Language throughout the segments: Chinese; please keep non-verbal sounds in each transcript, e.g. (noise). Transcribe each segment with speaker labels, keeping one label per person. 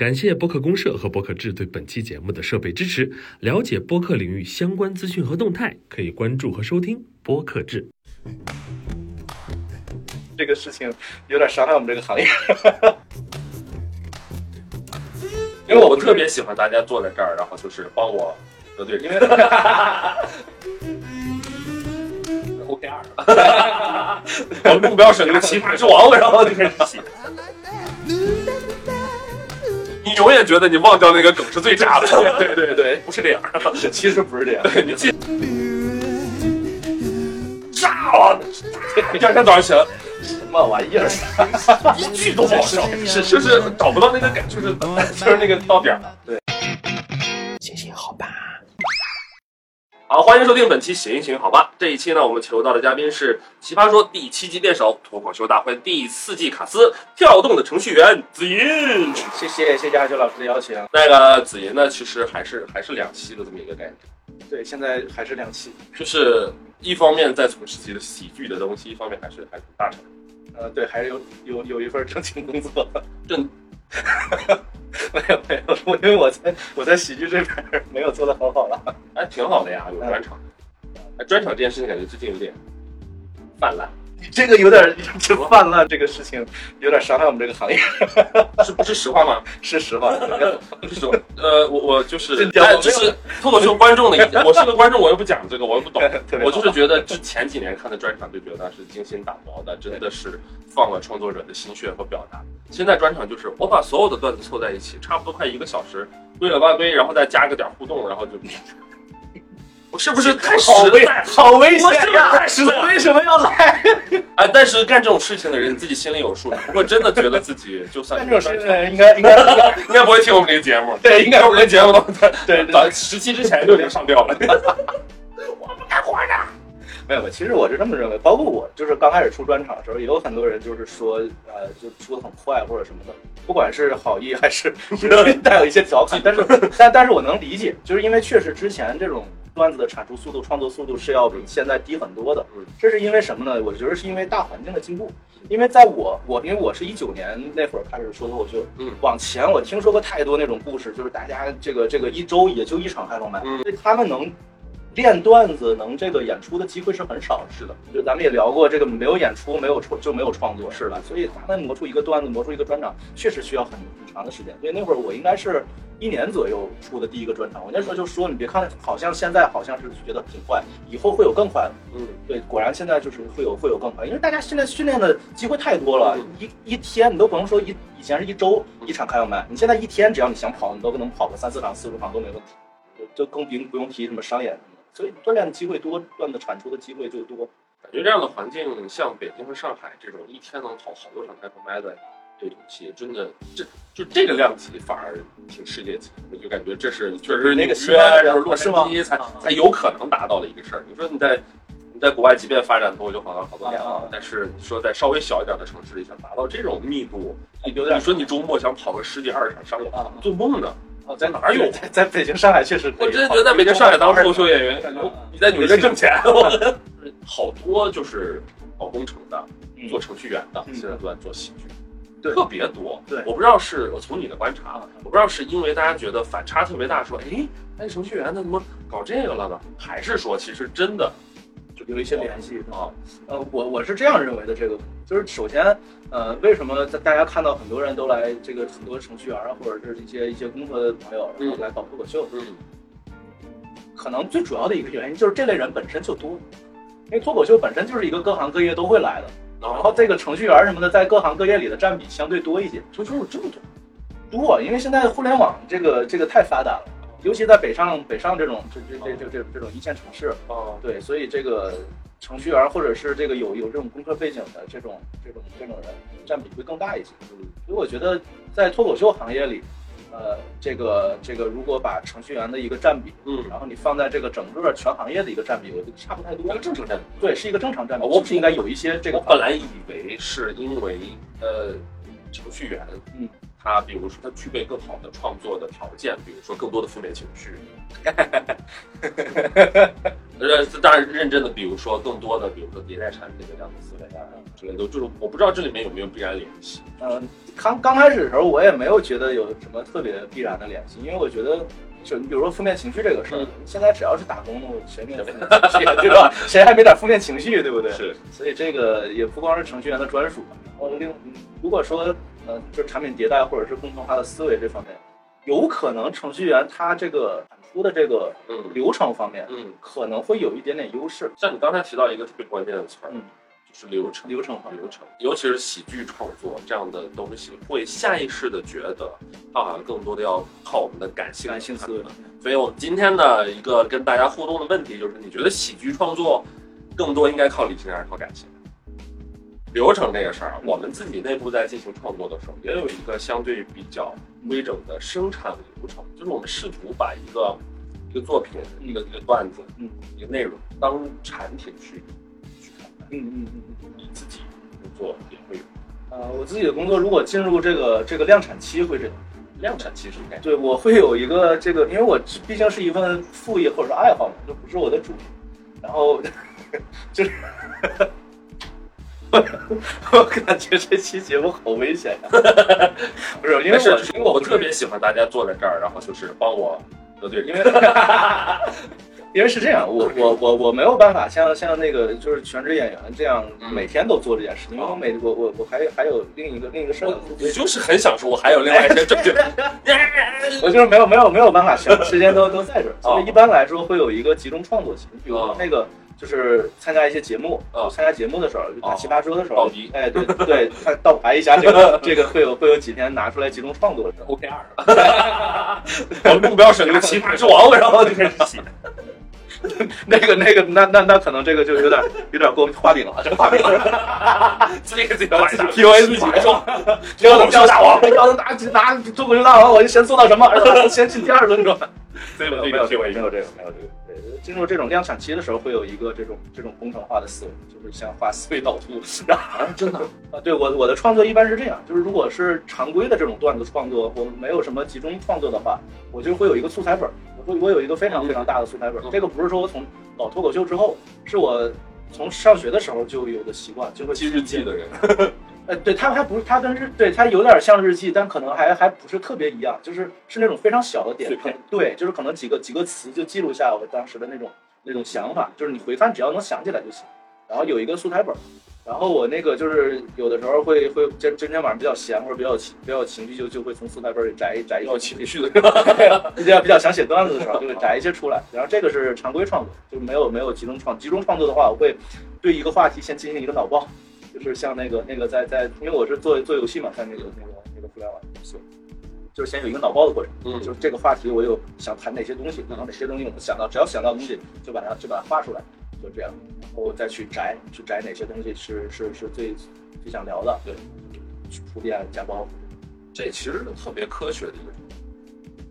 Speaker 1: 感谢播客公社和播客制对本期节目的设备支持。了解播客领域相关资讯和动态，可以关注和收听播客制。
Speaker 2: 这个事情有点伤害我们这个行业。
Speaker 3: 因为我特别喜欢大家坐在这儿，然后就是帮我得罪人，因为
Speaker 2: OK 二，
Speaker 3: (laughs) 我目标是那个奇葩之王，然后就开始写。你永远觉得你忘掉那个梗是最渣的，
Speaker 2: 对对 (laughs) 对，
Speaker 3: 不是这样，
Speaker 2: 其实不是这样。
Speaker 3: 你记炸了！第二天早上起来，
Speaker 2: 什么玩意儿？
Speaker 3: 一句都不好笑，
Speaker 2: 是是
Speaker 3: 就是找不到那个感，就是就是那个到点儿了。对，
Speaker 2: 行行，好吧。
Speaker 3: 好，欢迎收听本期《行行好吧》。这一期呢，我们请到的嘉宾是《奇葩说》第七季辩手、脱口秀大会第四季卡斯、跳动的程序员子银。
Speaker 2: (laughs) 谢谢谢谢阿修老师的邀请。
Speaker 3: 那个子银呢，其实还是还是两期的这么一个概念，
Speaker 2: 对，现在还是两期，
Speaker 3: 就是一方面在从事自己的喜剧的东西，一方面还是还是大厂
Speaker 2: 呃，对，还是有有有一份正经工作。
Speaker 3: 正
Speaker 2: (laughs) 没有没有， (laughs) 我因为我在我在喜剧这边儿没有做的很好了。
Speaker 3: 还哎挺好的呀，有专场。哎，专场这件事情感觉最近有点泛滥，
Speaker 2: 你 (laughs) 这个有 (laughs) 点这泛滥，这个事情有点伤害我们这个行业， (laughs)
Speaker 3: 是不是实话吗？
Speaker 2: 是实 (laughs) 话。
Speaker 3: 不是实话。呃，我我就是，
Speaker 2: 这
Speaker 3: 哎，这是脱口秀观众的意见。我是个观众，我又不讲这个，我又不 (laughs) 懂。
Speaker 2: 特别
Speaker 3: 我就是觉得之前几年看的专场就觉得是精心打磨的，真的是放了创作者的心血和表达。现在专场就是我把所有的段子凑在一起，差不多快一个小时，堆了吧堆，然后再加个点互动，然后就， (laughs) 我是不是太
Speaker 2: (laughs)
Speaker 3: 实
Speaker 2: 好危
Speaker 3: 在了？
Speaker 2: 好危
Speaker 3: 我是
Speaker 2: 险
Speaker 3: 不是
Speaker 2: 呀
Speaker 3: 太！实在
Speaker 2: (laughs)
Speaker 3: 了？
Speaker 2: 为什么要来？
Speaker 3: 哎，但是干这种事情的人自己心里有数。不过真的觉得自己就算
Speaker 2: 干
Speaker 3: 是
Speaker 2: 这种
Speaker 3: 专
Speaker 2: 事
Speaker 3: 场
Speaker 2: 情的 (laughs) 人应该应该
Speaker 3: 应该不会听我们这个节目。
Speaker 2: 对应该
Speaker 3: 我们这个节目都
Speaker 2: 对对
Speaker 3: (laughs) 早十期之前就已经
Speaker 2: (laughs)
Speaker 3: 上吊了。我不干活了。
Speaker 2: 没有，其实我是这么认为，包括我，就是刚开始出专场的时候，也有很多人就是说，呃，就出的很快或者什么的，不管是好意还
Speaker 3: (laughs)
Speaker 2: 是带有一些调侃，但是但但是我能理解，就是因为确实之前这种段子的产出速度、创作速度是要比现在低很多的
Speaker 3: 嗯。
Speaker 2: 这是因为什么呢？我觉得是因为大环境的进步。因为在我我因为我是一九年那会儿开始说脱口秀，
Speaker 3: 嗯
Speaker 2: 往前我听说过太多那种故事，就是大家这个这个一周也就一场开放麦，
Speaker 3: 嗯
Speaker 2: 所以他们能练段子能这个演出的机会是很少，
Speaker 3: 是的，
Speaker 2: 就咱们也聊过，这个没有演出，没有创就没有创作，
Speaker 3: 是的
Speaker 2: 吧？所以他们磨出一个段子，磨出一个专场，确实需要很很长的时间。所以那会儿我应该是一年左右出的第一个专场，我那时候就说，你别看好像现在好像是觉得挺快，以后会有更快的。
Speaker 3: 嗯，
Speaker 2: 对，果然现在就是会有会有更快，因为大家现在训练的机会太多了
Speaker 3: 嗯，
Speaker 2: 一一天你都甭说一以前是一周
Speaker 3: 嗯
Speaker 2: 一场开放麦，你现在一天只要你想跑，你都能跑个三四场、四五场都没问题，就就更不用不用提什么商演什么的，所以锻炼的机会多，段子产出的机会就多。
Speaker 3: 感觉这样的环境，像北京和上海这种一天能跑好多场开放麦的这种企业，真的这就这个量级反而挺世界级的，就感觉这是确实是
Speaker 2: 嗯那个
Speaker 3: 纽
Speaker 2: 西班牙
Speaker 3: 约、
Speaker 2: 人
Speaker 3: 是洛
Speaker 2: 是
Speaker 3: 杉
Speaker 2: 吗
Speaker 3: 矶才
Speaker 2: 啊
Speaker 3: 才有可能达到的一个事儿。你说你在你在国外即便发展脱口秀好像好多年
Speaker 2: 啊啊
Speaker 3: 了
Speaker 2: 啊，
Speaker 3: 但是你说在稍微小一点的城市里想达到这种密度，
Speaker 2: 有点
Speaker 3: 你说你周末想跑个十几二十场商演，
Speaker 2: 啊，
Speaker 3: 做梦呢！
Speaker 2: 哦，在
Speaker 3: 哪儿有
Speaker 2: 在在北京、上海确实可以
Speaker 3: 我真的觉得在北京、上海当脱口秀演员，感觉
Speaker 2: 嗯
Speaker 3: 你在纽约挣钱， (laughs) 我好多就是搞工程的、
Speaker 2: 嗯
Speaker 3: 做程序员的，
Speaker 2: 嗯
Speaker 3: 现在都在做喜剧，
Speaker 2: 对
Speaker 3: 特别多。
Speaker 2: 对
Speaker 3: 我不知道是我从你的观察，我不知道是因为大家觉得反差特别大，说哎，那程序员他怎么搞这个了呢？还是说其实真的
Speaker 2: 就有一些联系。
Speaker 3: 啊，
Speaker 2: 呃，我我是这样认为的，这个就是首先，呃，为什么在大家看到很多人都来这个很多程序员啊，或者是一些一些工作的朋友，然后来搞脱口秀，
Speaker 3: 嗯，
Speaker 2: 可能最主要的一个原因就是这类人本身就多，因为脱口秀本身就是一个各行各业都会来的，
Speaker 3: 然
Speaker 2: 然后
Speaker 3: 后
Speaker 2: 这个程序员什么的在各行各业里的占比相对多一些，
Speaker 3: 程序员有这么多，
Speaker 2: 多，因为现在互联网这个这个太发达了，尤其在北上北上这种这这这这这这种一线城市，
Speaker 3: 啊，
Speaker 2: 对，所以这个程序员或者是这个有有这种工科背景的这种这种这种人占比会更大一些。
Speaker 3: 嗯
Speaker 2: 所以我觉得在脱口秀行业里，呃，这个这个如果把程序员的一个占比，
Speaker 3: 嗯，
Speaker 2: 然后你放在这个整个全行业的一个占比，我觉得差不太
Speaker 3: 一
Speaker 2: 多
Speaker 3: 个。正常人。
Speaker 2: 对，是一个正常占比。
Speaker 3: 我哦
Speaker 2: 是不是应该有一些这个
Speaker 3: 我本来以为是因为呃程序员，
Speaker 2: 嗯，
Speaker 3: 他比如说他具备更好的
Speaker 2: (laughs)
Speaker 3: 创作的条件，比如说更多的负面情绪，呃，当然认真的，比如说更多的，比如说迭代产品的量子思维啊之类的，就是我不知道这里面有没有必然联系。
Speaker 2: 嗯，刚刚开始的时候，我也没有觉得有什么特别必然的联系，因为我觉得，就你比如说负面情绪这个事儿
Speaker 3: 嗯，
Speaker 2: 现在只要是打工的，谁没有负面情绪，对吧？ (laughs) 谁还没点负面情绪，对不对？
Speaker 3: 是，
Speaker 2: 所以这个也不光是程序员的专属吧。然后另，如果说呃，就是产品迭代或者是共同化的思维这方面，有可能程序员他这个产出的这个
Speaker 3: 嗯
Speaker 2: 流程方面
Speaker 3: 嗯，
Speaker 2: 可能会有一点点优势，
Speaker 3: 像你刚才提到一个特别关键的词儿，
Speaker 2: 嗯
Speaker 3: 就是流程。
Speaker 2: 流程方面
Speaker 3: 流。程，尤其是喜剧创作这样的东西，会下意识的觉得，它好像更多的要靠我们的感性
Speaker 2: 感性思维
Speaker 3: 看，所以我们今天的一个跟大家互动的问题就是，你觉得喜剧创作更多应该靠理性还是靠感性？啊流程这个事儿，啊我们自己内部在进行创作的时候，也有一个相对比较规整的生产流程，就是我们试图把一个一个作品、一个一个段子、
Speaker 2: 嗯
Speaker 3: 一个内容当产品去去看待。
Speaker 2: 嗯嗯嗯嗯。
Speaker 3: 你自己工作也会有
Speaker 2: 呃，我自己的工作如果进入这个这个量产期会这样。
Speaker 3: 量产期是应该
Speaker 2: 对，我会有一个这个，因为我毕竟是一份副业或者是爱好嘛，这不是我的主业。然后就是我感觉这期节目好危险呀、不是，因为
Speaker 3: 但是
Speaker 2: 我因为
Speaker 3: 我
Speaker 2: 我不是
Speaker 3: 特别喜欢大家坐在这儿，然后就是帮我得罪
Speaker 2: 因
Speaker 3: 人。
Speaker 2: 为因为是这样，我我我我没有办法像像那个就是全职演员这样
Speaker 3: 嗯
Speaker 2: 每天都做这件事情，因为我每我我我还还有另一个另一个事儿要做。
Speaker 3: 你就是很想 (laughs) 说，我还有另外一
Speaker 2: 哎
Speaker 3: 些证据。
Speaker 2: 我就是没有没有没有办法
Speaker 3: (laughs)
Speaker 2: 全时间都都在这儿，
Speaker 3: 哦
Speaker 2: 所以一般来说会有一个集中创作期。你比如说那个就是参加一些节目，
Speaker 3: 啊
Speaker 2: 参加节目的时候，就打
Speaker 3: 哦
Speaker 2: 奇葩说的时候，
Speaker 3: 倒逼
Speaker 2: 哎
Speaker 3: (laughs)
Speaker 2: 对对，看倒排一下这个这个会有会有几天拿出来集中创作的时
Speaker 3: (laughs)
Speaker 2: 候，
Speaker 3: OK 二，我的目 (laughs) 标是拿奇葩之王，然后就开始写。
Speaker 2: (laughs) 那个那个那那那可能这个就有点有点给我们画饼
Speaker 3: 啊
Speaker 2: 了，这 (laughs) 画饼了，
Speaker 3: 自己给自己画一下
Speaker 2: PUA 自己
Speaker 3: 奇葩之 (laughs) 王，
Speaker 2: 要能
Speaker 3: 脱口秀大 (laughs) 王
Speaker 2: 要能拿拿脱口秀大王，我就先做到什么，然后先进第二轮转。
Speaker 3: 所以
Speaker 2: 没
Speaker 3: 我
Speaker 2: 有
Speaker 3: 自己
Speaker 2: 没有
Speaker 3: 听我
Speaker 2: 没有
Speaker 3: 一个。
Speaker 2: 这个没有这个。对，进入这种量产期的时候，会有一个这种这种工程化的思维，就是像画思维导图。然后真的啊，对我我的创作一般是这样，就是如果是常规的这种段子创作，我没有什么集中创作的话，我就会有一个素材本儿。我会我有一个非常非常大的素材本儿，
Speaker 3: 嗯
Speaker 2: 这个不是说我从搞脱口秀之后，是我从上学的时候就有的习惯，就会
Speaker 3: 记日记的人，
Speaker 2: 呃，对，它还不是，它跟日，对，它有点像日记，但可能还还不是特别一样，就是是那种非常小的点
Speaker 3: 碎片，
Speaker 2: 对，就是可能几个几个词就记录下我当时的那种那种想法，就是你回看只要能想起来就行。然后有一个素材本儿，然后我那个就是有的时候会会今今天晚上比较闲或者比较情比较有情绪就就会从素材本儿里摘一摘一
Speaker 3: 有
Speaker 2: 些
Speaker 3: 情绪的人，
Speaker 2: 比较比较想写段子的时候，就会摘一些出来。然后这个是常规创作，就没有没有集中创。集中创作的话，我会对一个话题先进行一个脑爆，就是像那个那个在在，因为我是做做游戏嘛，在那个那个那个互联网游戏，就是先有一个脑爆的过程。
Speaker 3: 嗯，
Speaker 2: 就是这个话题，我有想谈哪些东西，然后哪些东西我想到，只要想到东西就把它就把它画出来，就这样，然后再去摘，去摘哪些东西是是是最最想聊的，
Speaker 3: 对，
Speaker 2: 去铺垫加包袱。
Speaker 3: (laughs) 这其实是特别科学的一个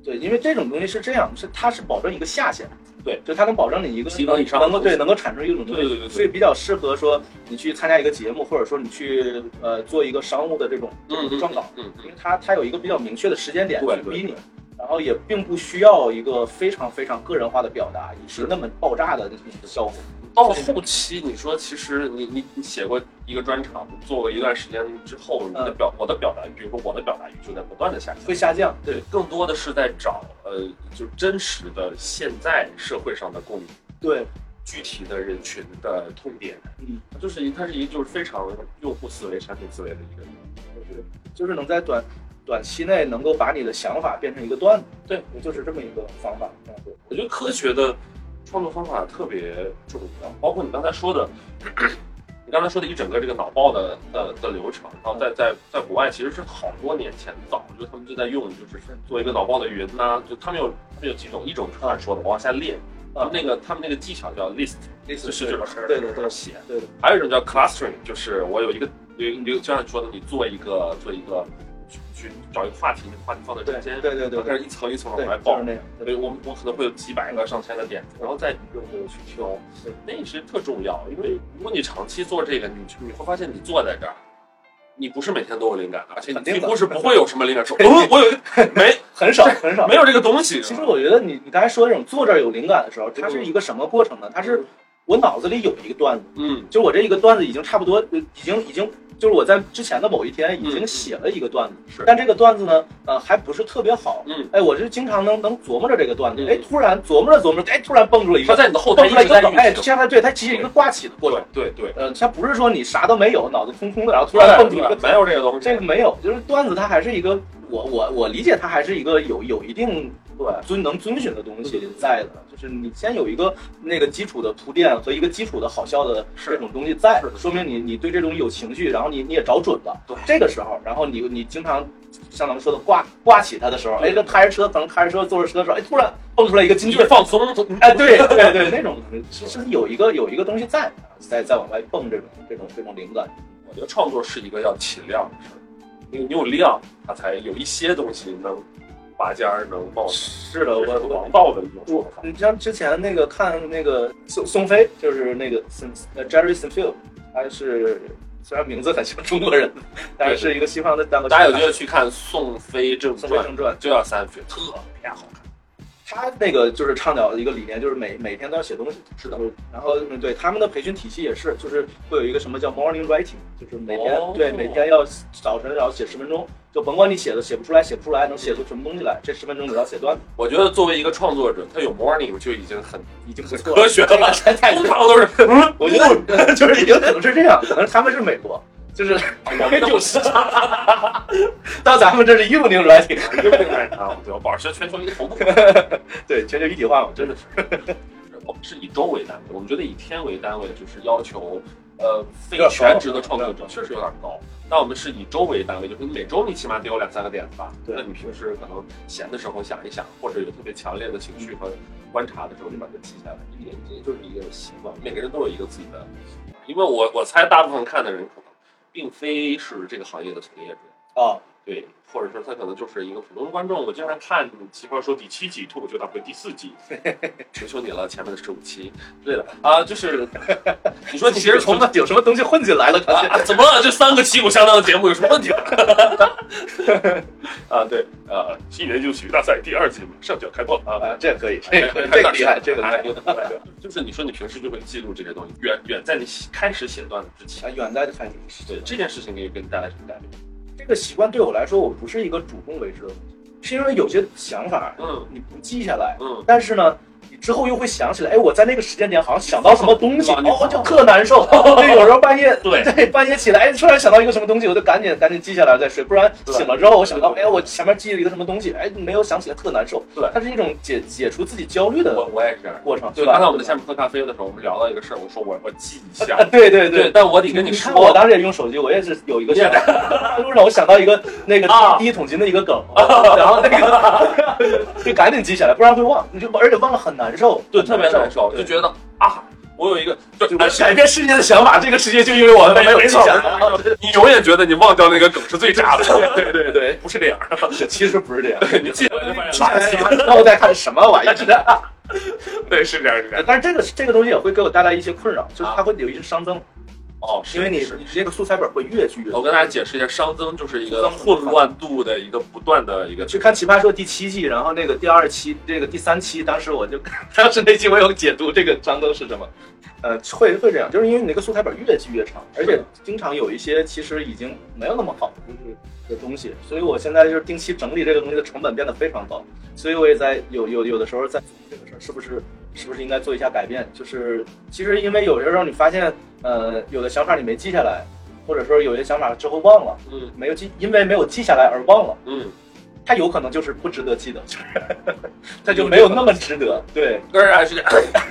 Speaker 2: 对，因为这种东西是这样，是它是保证一个下限，
Speaker 3: 对，
Speaker 2: 就它能保证你一个
Speaker 3: 提高以上
Speaker 2: 能够对能够产生一种东西，
Speaker 3: 对对对对
Speaker 2: 所以比较适合说你去参加一个节目，或者说你去呃做一个商务的这种这种撰稿，
Speaker 3: 嗯
Speaker 2: 因
Speaker 3: 嗯
Speaker 2: 为它它有一个比较明确的时间点
Speaker 3: 对
Speaker 2: 去
Speaker 3: 对
Speaker 2: 逼你
Speaker 3: 对，
Speaker 2: 然后也并不需要一个非常非常个人化的表达，以及那么爆炸的那种效果。
Speaker 3: 到后期，你说其实你你你写过一个专场，做过一段时间之后，你的表我的表达欲，比如说我的表达欲就在不断的下降。
Speaker 2: 会下降，
Speaker 3: 对，更多的是在找呃，就真实的现在社会上的共鸣，
Speaker 2: 对，
Speaker 3: 具体的人群的痛点，
Speaker 2: 嗯，
Speaker 3: 就是一它是一就是非常用户思维、产品思维的一个，我觉得
Speaker 2: 就是能在短短期内能够把你的想法变成一个段子，
Speaker 3: 对，
Speaker 2: 就是这么一个方法。嗯对
Speaker 3: 我觉得科学的创作方法特别重要，包括你刚才说的，你刚才说的一整个这个脑爆的的的流程，然后在在在国外其实是好多年前早就他们就在用，就是做一个脑爆的云呐、就他们有他们有几种，一种是刚才说的往下列，他们那个他们那个技巧叫 list，
Speaker 2: 类
Speaker 3: 就
Speaker 2: 似
Speaker 3: 是
Speaker 2: 这
Speaker 3: 这
Speaker 2: 种
Speaker 3: 种
Speaker 2: 事儿对对
Speaker 3: 这
Speaker 2: 对
Speaker 3: 种写，
Speaker 2: 对的，
Speaker 3: 还有一种叫 clustering，就是我有一个有一个就像你说的，你做一个做一个去去找一个话题，你话题放在中
Speaker 2: 对
Speaker 3: 间
Speaker 2: 对。对对
Speaker 3: 然后开
Speaker 2: 对，
Speaker 3: 始一层一层往
Speaker 2: 对
Speaker 3: 外
Speaker 2: 就
Speaker 3: 爆
Speaker 2: 是，那样。
Speaker 3: 所以我们我可能会有几百个、上千个点子，然后再用这个去挑
Speaker 2: 对，
Speaker 3: 那也是特重要。因为如果你长期做这个，你就你会发现你坐在这儿，你不是每天都有灵感的，而且你
Speaker 2: 肯定
Speaker 3: 几
Speaker 2: 的
Speaker 3: 乎是不会有什么
Speaker 2: (laughs)
Speaker 3: 灵感说，哦，我有没
Speaker 2: 很少很少。
Speaker 3: 没有这个东西。
Speaker 2: (laughs) 其实我觉得你你刚才说这种坐这儿有灵感的时候，它是一个什么过程呢？它是我脑子里有一个段子，
Speaker 3: 嗯
Speaker 2: 就是我这一个段子已经差不多，呃已经已经就是我在之前的某一天已经写了一个段子，
Speaker 3: 嗯是
Speaker 2: 但这个段子呢，呃，还不是特别好。
Speaker 3: 嗯，
Speaker 2: 哎，我就经常能能琢磨着这个段子，
Speaker 3: 嗯
Speaker 2: 哎，突然琢磨着琢磨着，哎，突然蹦出了一
Speaker 3: 它
Speaker 2: 个，
Speaker 3: 在你的后台
Speaker 2: 蹦
Speaker 3: 一
Speaker 2: 出来
Speaker 3: 直
Speaker 2: 一
Speaker 3: 在
Speaker 2: 个
Speaker 3: 运
Speaker 2: 梗，哎，
Speaker 3: 行。
Speaker 2: 现在对，它其实一个挂起的过程
Speaker 3: 对。对对，
Speaker 2: 呃，它不是说你啥都没有，脑子空空的，然后突
Speaker 3: 对
Speaker 2: 然蹦出一
Speaker 3: 对
Speaker 2: 个
Speaker 3: 没有这个东西。
Speaker 2: 这个没有，就是段子，它还是一个我我我理解它还是一个有有一定
Speaker 3: 对
Speaker 2: 遵能遵循的东西在的，就是你先有一个那个基础的铺垫和一个基础的好笑的
Speaker 3: 是
Speaker 2: 这种东西在
Speaker 3: 是，的
Speaker 2: 说明你你对这东西有情绪，然后你你也找准了。
Speaker 3: 对
Speaker 2: 这个时候，然后你你经常像咱们说的挂挂起它的时候，哎，这开着车，可能开着车坐着车的时候，哎，突然蹦出来一个金
Speaker 3: 你
Speaker 2: 句儿，
Speaker 3: 放松，
Speaker 2: 哎，对对对，那种是是有一个有一个东西在，在在往外蹦这种这种这种灵感。
Speaker 3: 我觉得创作是一个要起量的事儿，你你有量，它才有一些东西能拔尖儿，能冒呃出
Speaker 2: 是的，
Speaker 3: 来。
Speaker 2: 我
Speaker 3: 这是
Speaker 2: 我
Speaker 3: 王道的一种说
Speaker 2: 我
Speaker 3: 法。
Speaker 2: 你像之前那个看那个宋宋飞，就是那个 Sin- 呃 Jerry Sinfield，他是虽然名字很像中国人，但是是一个西方的单口。
Speaker 3: 大家有嗯机会去看《宋飞正
Speaker 2: 宋飞
Speaker 3: 传
Speaker 2: 正传》，
Speaker 3: 就要三飞，特别好看。
Speaker 2: 他那个就是倡导的一个理念，就是每每天都要写东西。
Speaker 3: 是的，
Speaker 2: 然后嗯对他们的培训体系也是，就是会有一个什么叫 morning writing，就是每天、
Speaker 3: 哦
Speaker 2: 对每天要早晨然后写十分钟，就甭管你写的写不出来，写不出来能写出什么东西来，这十分钟你要写段子
Speaker 3: 我觉得作为一个创作者，他有 morning 就已经很
Speaker 2: 已经不错了。
Speaker 3: 科 (laughs) 学
Speaker 2: (laughs)
Speaker 3: 了。
Speaker 2: 这个太
Speaker 3: 通常都是， (laughs) 嗯
Speaker 2: 我觉得就是有可能是这样，可能他们是美国， (laughs) 就是
Speaker 3: 我们就是
Speaker 2: 到咱们这是 evening writing，
Speaker 3: 啊， (laughs) 对，保持全球一个同步。
Speaker 2: 对，全球一体化嘛，真的是。
Speaker 3: 我们是以周为单位，我们觉得以天为单位就是要求，呃，非
Speaker 2: 有点高
Speaker 3: 全职的创作者确实有点高。那我们是以周为单位，就是你每周你起码得有两三个点子吧。
Speaker 2: 对
Speaker 3: 那你平时可能闲的时候想一想，或者有特别强烈的情绪和观察的时候，就把它记下来。一点一点就是一个习惯，每个人都有一个自己的。因为我我猜大部分看的人可能并非是这个行业的从业者，
Speaker 2: 哦，
Speaker 3: 对，或者说他可能就是一个普通观众。我经常看，奇葩说第七集脱口秀大会第四
Speaker 2: (laughs)
Speaker 3: 集，求求你了，前面的十五期之类的啊，就是
Speaker 2: (laughs)
Speaker 3: 你说其
Speaker 2: 其实
Speaker 3: 实从
Speaker 2: 从
Speaker 3: 那
Speaker 2: 那有什么东西混进来了，可能
Speaker 3: 啊怎么了？这三个旗鼓相当的节目有什么问题吗？ (laughs) 啊，对，呃，新年就喜剧大赛第二季马上就要开播了啊。
Speaker 2: 啊，这可以，这个这个厉害，这个厉害。
Speaker 3: 害。哎就是你说你平时就会记录这些东西，远远在你开始写段子之前，
Speaker 2: 啊，远在看你是
Speaker 3: 对这件事情给给你带来什么改变？
Speaker 2: 这个习惯对我来说，我不是一个主动为之的东西，是因为有些想法
Speaker 3: 嗯
Speaker 2: 你不记下来，
Speaker 3: 嗯，
Speaker 2: 但是呢，你之后又会想起来，哎，我在那个时间点好像想到什么东西，
Speaker 3: 你
Speaker 2: 哦，就特难
Speaker 3: (laughs)
Speaker 2: 受。对，有时候半夜
Speaker 3: 对
Speaker 2: 对，半夜起来，哎，突然想到一个什么东西，我就赶紧赶紧记下来再睡，不然
Speaker 3: 对
Speaker 2: 醒了之后，我想到，
Speaker 3: 对对
Speaker 2: 哎，我前面记了一个什么东西，哎，没有想起来，特难受。
Speaker 3: 对
Speaker 2: 它是一种解解除自己焦虑
Speaker 3: 嗯我
Speaker 2: 的
Speaker 3: 我也是这样。
Speaker 2: 过程，
Speaker 3: 就
Speaker 2: 对吧？
Speaker 3: 刚才我们在下面喝咖啡的时候，我们聊到一个事儿，我说我我记一下
Speaker 2: 啊，， (laughs) 对对
Speaker 3: 对，
Speaker 2: 对。
Speaker 3: 但我得跟
Speaker 2: 你
Speaker 3: 说
Speaker 2: 看，，我当时也用手机，我也是有一个
Speaker 3: 你也
Speaker 2: 想法， (laughs) 路上我想到一个那个
Speaker 3: 啊
Speaker 2: 第一桶金的一个梗， (laughs) 然后那个就赶紧记下来，不然会忘，你就而且忘了很难受，
Speaker 3: 对特别难受，
Speaker 2: 对
Speaker 3: 就觉得啊，我有一个对
Speaker 2: 就，
Speaker 3: 哎
Speaker 2: 我改变世界的想法，这个世界就因为我没有
Speaker 3: 没
Speaker 2: 记
Speaker 3: 错
Speaker 2: 下来。啊
Speaker 3: 没错你永远觉得你忘掉那个梗是最炸的，对对
Speaker 2: (laughs)
Speaker 3: 对，
Speaker 2: 对
Speaker 3: 不是这样，
Speaker 2: 对，其实不是这样。
Speaker 3: (laughs) 你记得就发现垃
Speaker 2: (laughs)
Speaker 3: 圾，
Speaker 2: 然后再看什么玩意儿？
Speaker 3: 对，是这样是这样，
Speaker 2: 但是这个这个东西也会给我带来一些困扰，就是它会有一些熵增，
Speaker 3: 哦，是
Speaker 2: 因为你
Speaker 3: 是
Speaker 2: 你这个素材本会越聚越
Speaker 3: 我
Speaker 2: 多。
Speaker 3: 跟大家解释一下，熵增就是一个混乱度的一个不断的一个
Speaker 2: 去看《奇葩说》第七季，然后那个第二期、这个第三期，当时我就当时那期我有解读这个熵增是什么，呃，会会这样，就是因为你那个素材本越聚越长，而
Speaker 3: 是
Speaker 2: 且
Speaker 3: 的
Speaker 2: 经常有一些其实已经没有那么好的就是的东西，所以我现在就是定期整理这个东西的成本变得非常高，所以我也在有有有的时候在琢磨这个事儿是不是是不是应该做一下改变，就是其实因为有些时候你发现呃有的想法你没记下来，或者说有些想法之后忘了，
Speaker 3: 嗯
Speaker 2: 没有记，因为没有记下来而忘了。
Speaker 3: 嗯，
Speaker 2: 他有可能就是不值得记得，就是 (laughs) 他就没有那么值得。对
Speaker 3: 当然是这样。 (laughs)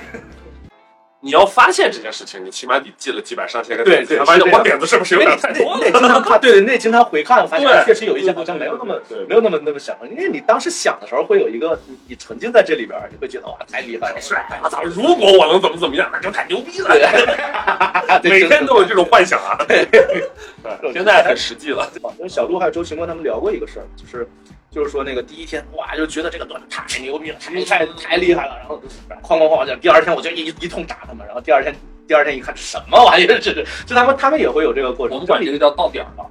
Speaker 3: 你要发现这件事情，你起码得记了几百上千个
Speaker 2: 对
Speaker 3: 点子，
Speaker 2: 对
Speaker 3: 才发
Speaker 2: 是
Speaker 3: 现
Speaker 2: 这样
Speaker 3: 我点子是不是有点太多
Speaker 2: 你
Speaker 3: 了
Speaker 2: 得？经常看，对对，你得经常回看，发现
Speaker 3: 对
Speaker 2: 哎确实有一些好像没有那么
Speaker 3: 对对对
Speaker 2: 没有那么那么想，因为你当时想的时候会有一个你你沉浸在这里边儿，你会觉得哇太厉害了，
Speaker 3: 帅啊！操，如果我能怎么怎么样，那就太牛逼了。
Speaker 2: (laughs) 对
Speaker 3: 每天都有这种幻想啊。对现在很实际了。
Speaker 2: 因为小鹿还有周奇墨他们聊过一个事儿，就是就是说那个第一天哇就觉得这个段子太牛逼了，
Speaker 3: 嗯
Speaker 2: 太太太厉害了，然后然后哐哐哐讲，第二天我就一一通打他们，然后第二天第二天一看什么玩意儿，这是就他们他们也会有这个过
Speaker 3: 我
Speaker 2: 程，
Speaker 3: 们管这个叫到点儿了。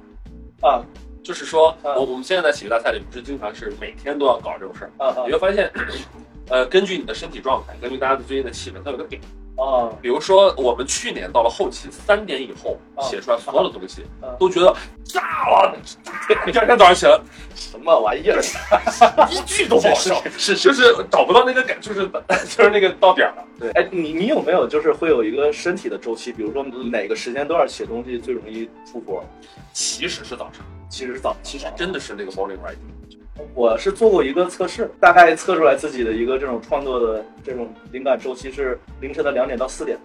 Speaker 2: 啊
Speaker 3: 就是说，
Speaker 2: 嗯
Speaker 3: 我我们现在在喜剧大赛里不是经常是每天都要搞这种事儿，
Speaker 2: 啊啊
Speaker 3: 你会发现，呃，根据你的身体状态，根据大家最近的气氛，它有个点。
Speaker 2: 啊
Speaker 3: 比如说，我们去年到了后期三点以后
Speaker 2: 啊
Speaker 3: 写出来所有的东西
Speaker 2: 啊，
Speaker 3: 都觉得炸了。第二天早上起来，
Speaker 2: 什么玩意儿？
Speaker 3: 一句都不好笑，
Speaker 2: 是是
Speaker 3: 就是找不到那个感，就是 (laughs) 就是那个到点儿了。 (laughs) 对，
Speaker 2: 哎，你你有没有就是会有一个身体的周期？比如说哪个时间段写东西最容易出活？
Speaker 3: 其实是早上，
Speaker 2: 其实是早，其
Speaker 3: 其实真的是那个 morning writing。
Speaker 2: 我是做过一个测试，大概测出来自己的一个这种创作的这种灵感周期是凌晨的两点到四点，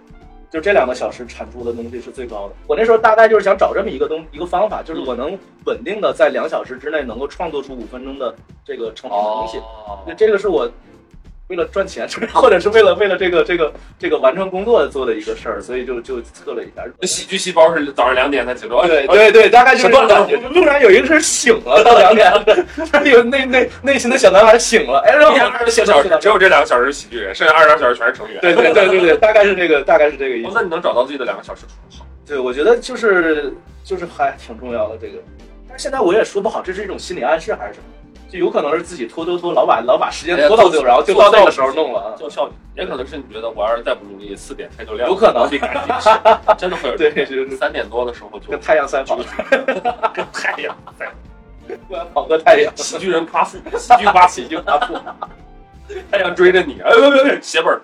Speaker 2: 就这两个小时产出的东西是最高的。我那时候大概就是想找这么一个东一个方法，就是我能稳定的在两小时之内能够创作出五分钟的这个成品的东西。
Speaker 3: 哦
Speaker 2: 那这个是我为了赚钱， (laughs) 或者是为了为了这个这个这个完成工作做的一个事儿，所以就就测了一下。
Speaker 3: 这喜剧细胞是早上两点才起
Speaker 4: 哦
Speaker 3: 床，哦
Speaker 2: 对对对，大概就是
Speaker 3: 什么
Speaker 2: 感觉。突然有一个是醒
Speaker 4: (laughs)
Speaker 2: 了，到两点，突然有那那内心的小男孩醒了，哎，让
Speaker 3: 一天
Speaker 2: 我
Speaker 3: 二十四小时，只有这两个小时是喜剧人，剩下二十二小时全是成员。
Speaker 2: 对对对对对，大概是这个，大概是这个意
Speaker 3: 哦，
Speaker 2: 思。
Speaker 3: 那你能找到自己的两个小时出好。
Speaker 2: 对，我觉得就是就是还挺重要的这个，但是现在我也说不好，这是一种心理暗示还是什么？就有可能是自己拖拖拖，老把老把
Speaker 3: 哎
Speaker 2: 时间拖到最后，然后就到那个时候弄了啊。
Speaker 3: 叫效率，也可能是你觉得我要是再不努力，四点天就亮了，
Speaker 2: 有可能
Speaker 3: 我得赶紧 (laughs) 吃，真的会有这种
Speaker 2: 对就是
Speaker 3: 三点多的时候就
Speaker 2: 跟太阳赛跑，
Speaker 3: 跟太阳在
Speaker 2: 跑个太阳，
Speaker 3: (laughs) 喜剧人夸父，喜剧夸父，
Speaker 2: 喜剧大
Speaker 3: (laughs)
Speaker 2: 富。
Speaker 3: 太阳追着你，哎别别别，写本儿。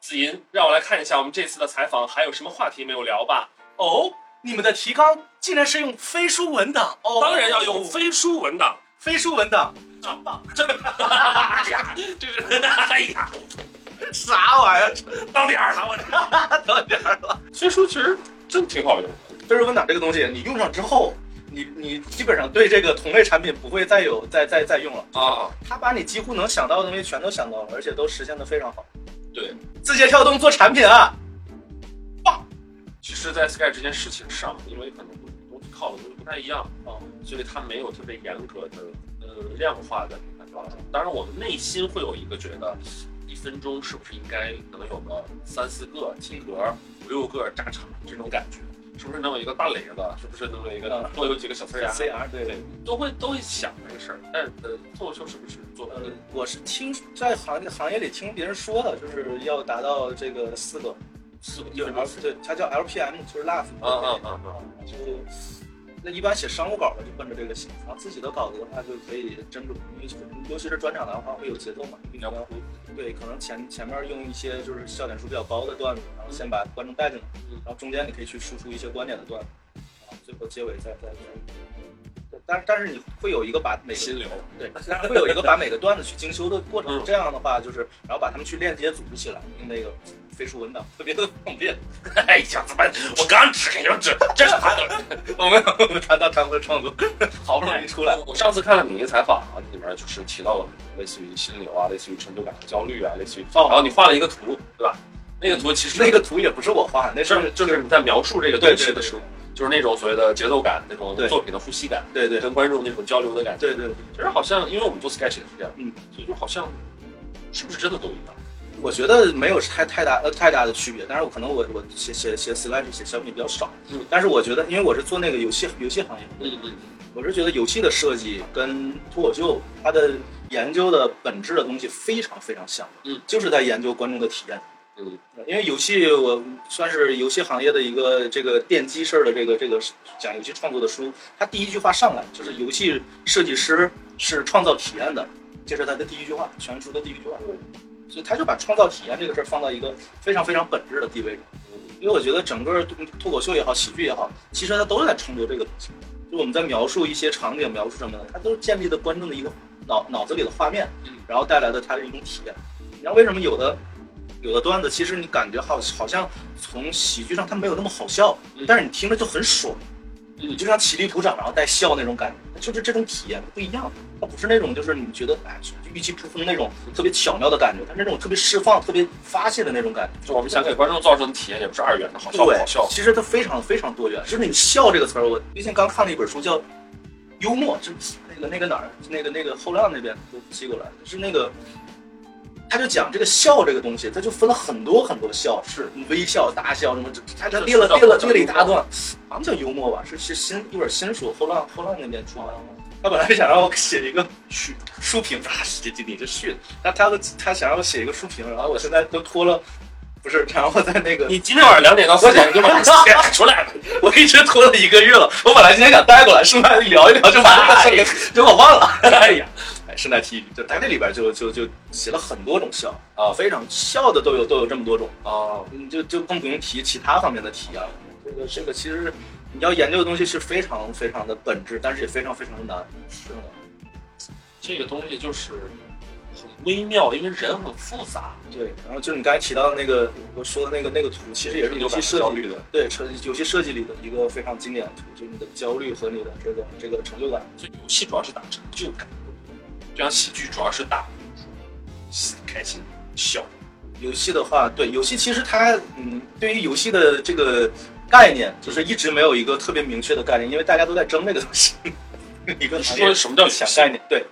Speaker 3: 子银，让我来看一下我们这次的采访还有什么话题没有聊吧。
Speaker 4: (laughs) 哦，你们的提纲竟然是用飞书文档哦，
Speaker 3: 当然要用飞书文档，
Speaker 4: 飞书文档，
Speaker 3: 哎呀，这是哎呀，
Speaker 4: 啥玩意儿？
Speaker 3: 当脸儿了我这。
Speaker 4: 到点儿了，
Speaker 3: 飞书其实真挺好用的，
Speaker 2: 飞书文档这个东西，你用上之后，你你基本上对这个同类产品不会再有再再再用了。
Speaker 3: 啊，
Speaker 2: 他把你几乎能想到的东西全都想到了，而且都实现的非常好。
Speaker 3: 对，
Speaker 2: 字节跳动做产品啊，
Speaker 3: 其实，在 Sky 这件事情上，因为可能东西靠的东西不太一样
Speaker 2: 哦，
Speaker 3: 啊所以它没有特别严格的呃量化的评判标准。当然，我们内心会有一个觉得，一分钟是不是应该可能有个三四个停格、五六个炸场这种感觉，是不是能有一个大雷子，是不是能有一个
Speaker 2: 嗯
Speaker 3: 多有几个小刺儿牙，
Speaker 2: CR 对
Speaker 3: 对。，都会都会想这个事儿。但呃，脱口秀是不是做
Speaker 2: 呃
Speaker 3: 的？，
Speaker 2: 我是听在行业行业里听别人说的，就是要达到这个四个，
Speaker 3: 四个一
Speaker 2: 有嗯
Speaker 3: 分钟
Speaker 2: L 对，它叫 LPM，就是 laugh，
Speaker 3: 啊啊啊啊！
Speaker 2: 就那一般写商务稿的就奔着这个写，然后自己的稿子的话就可以斟酌，因为尤其是专场的话会有节奏嘛，
Speaker 3: 你
Speaker 2: 你
Speaker 3: 要
Speaker 2: 要
Speaker 3: 哭，
Speaker 2: 对，可能前前面用一些就是笑点数比较高的段子，然后先把观众带进来，
Speaker 3: 嗯
Speaker 2: 然后中间你可以去输出一些观点的段子，然后最后结尾再再再。对但是但是你会有一个把每个
Speaker 3: 心流。
Speaker 2: 对，但是会有一个把每个段子去精修的过程
Speaker 3: 嗯。
Speaker 2: 这样的话就是，然后把它们去链接组织起来，用那个飞书文档特别的方便。
Speaker 3: (laughs) 哎呀，怎么我刚指给你们指，这是他的。
Speaker 2: 我们我们谈到他们的创作， (laughs) 好不容易出来。
Speaker 3: (laughs) 我上次看了你一个采访啊，里面就是提到了类似于心流啊，类似于成就感和焦虑啊，类似于，
Speaker 2: 哦
Speaker 3: 然后你画了一个图，对吧？那个图其实
Speaker 2: 那个图也不是我画，的，那
Speaker 3: 就是是就是你在描述这个东西的时候，就是那种所谓的节奏感，那种
Speaker 2: 对
Speaker 3: 作品的呼吸感，
Speaker 2: 对对对
Speaker 3: 跟观众那种交流的感觉。
Speaker 2: 对对，
Speaker 3: 其实好像，因为我们做 sketch 也是这样，
Speaker 2: 嗯，
Speaker 3: 所以就好像是不是真的都一样？
Speaker 2: 我觉得没有太太大呃太大的区别，但是我可能我我写写写 slash 写小品比较少，
Speaker 3: 嗯
Speaker 2: 但是我觉得因为我是做那个游戏游戏行业，
Speaker 3: 嗯嗯，
Speaker 2: 我是觉得游戏的设计跟脱口秀它的研究的本质的东西非常非常像，
Speaker 3: 嗯，
Speaker 2: 就是在研究观众的体验，
Speaker 3: 嗯，
Speaker 2: 因为游戏我算是游戏行业的一个这个奠基式的这个这个讲游戏创作的书，它第一句话上来就是游戏设计师是创造体验的，这是它的第一句话，全书的第一句话，
Speaker 3: 嗯
Speaker 2: 所以他就把创造体验这个事儿放到一个非常非常本质的地位上。因为我觉得整个脱口秀也好，喜剧也好，其实它都是在创作这个东西。就我们在描述一些场景、描述什么的，它都是建立的观众的一个脑脑子里的画面
Speaker 3: 嗯，
Speaker 2: 然后带来的它的一种体验。你知道为什么有的有的段子，其实你感觉好好像从喜剧上它没有那么好笑
Speaker 3: 嗯，
Speaker 2: 但是你听着就很爽，
Speaker 3: 嗯
Speaker 2: 你就像起立鼓掌然后带笑那种感觉，就是这种体验不一样。它不是那种就是你觉得哎预期扑空那种特别巧妙的感觉，它是那种特别释放、特别发泄的那种感觉。
Speaker 3: 就我们想给观众造成的体验也不是二元的，好笑不好笑，
Speaker 2: 其实它非常非常多元。就是你“笑”这个词儿，我最近刚看了一本书叫《幽默》，就是那个那个哪儿，那个那个后浪那边都寄过来，就是那个他就讲这个笑这个东西，他就分了很多很多笑，
Speaker 3: 是
Speaker 2: 微笑、大笑什么，这他他
Speaker 3: 是
Speaker 2: 列了
Speaker 3: 是
Speaker 2: 列了
Speaker 3: 是
Speaker 2: 列了一大段，好像叫幽默吧，是是新一本新书，后浪后浪那边出版的。他本来想让我写一个书书评，啊，这这你这训，他他的他想让我写一个书评，然后我现在都拖了，不是，然后在那个
Speaker 3: 你今天晚上
Speaker 2: (laughs)
Speaker 3: 两点到四点你就把它写出来了。
Speaker 2: 我一直拖了一个月了，我本来今天想带过来，顺带聊一聊就把这个事儿给，结果忘了。哎呀，哎，顺带提一句，就他这里边就就就写了很多种笑啊，非常笑的都有都有这么多种 (laughs)
Speaker 3: 哦
Speaker 2: 啊，你就就更不用提其他方面的题啊。这个这个其实你要研究的东西是非常非常的本质，但是也非常非常的难。是的，
Speaker 3: 这个东西就是很微妙，因为人很复杂，
Speaker 2: 对。然后就是你刚才提到的那个我说的那个那个图，其实也是
Speaker 3: 有
Speaker 2: 游戏
Speaker 3: 些
Speaker 2: 设
Speaker 3: 焦
Speaker 2: 计
Speaker 3: 虑的。
Speaker 2: 对设游戏设计里的一个非常经典的图，就是你的焦虑和你的这个这个成就感。
Speaker 3: 所以游戏主要是打成就感，就像喜剧主要是打喜开心笑。
Speaker 2: 游戏的话，对游戏其实它，嗯，对于游戏的这个概念，就是一直没有一个特别明确的概念，因为大家都在争这个东西， (laughs) 一个
Speaker 3: 你
Speaker 2: 强
Speaker 3: 说什么叫游戏
Speaker 2: 抢概念。对，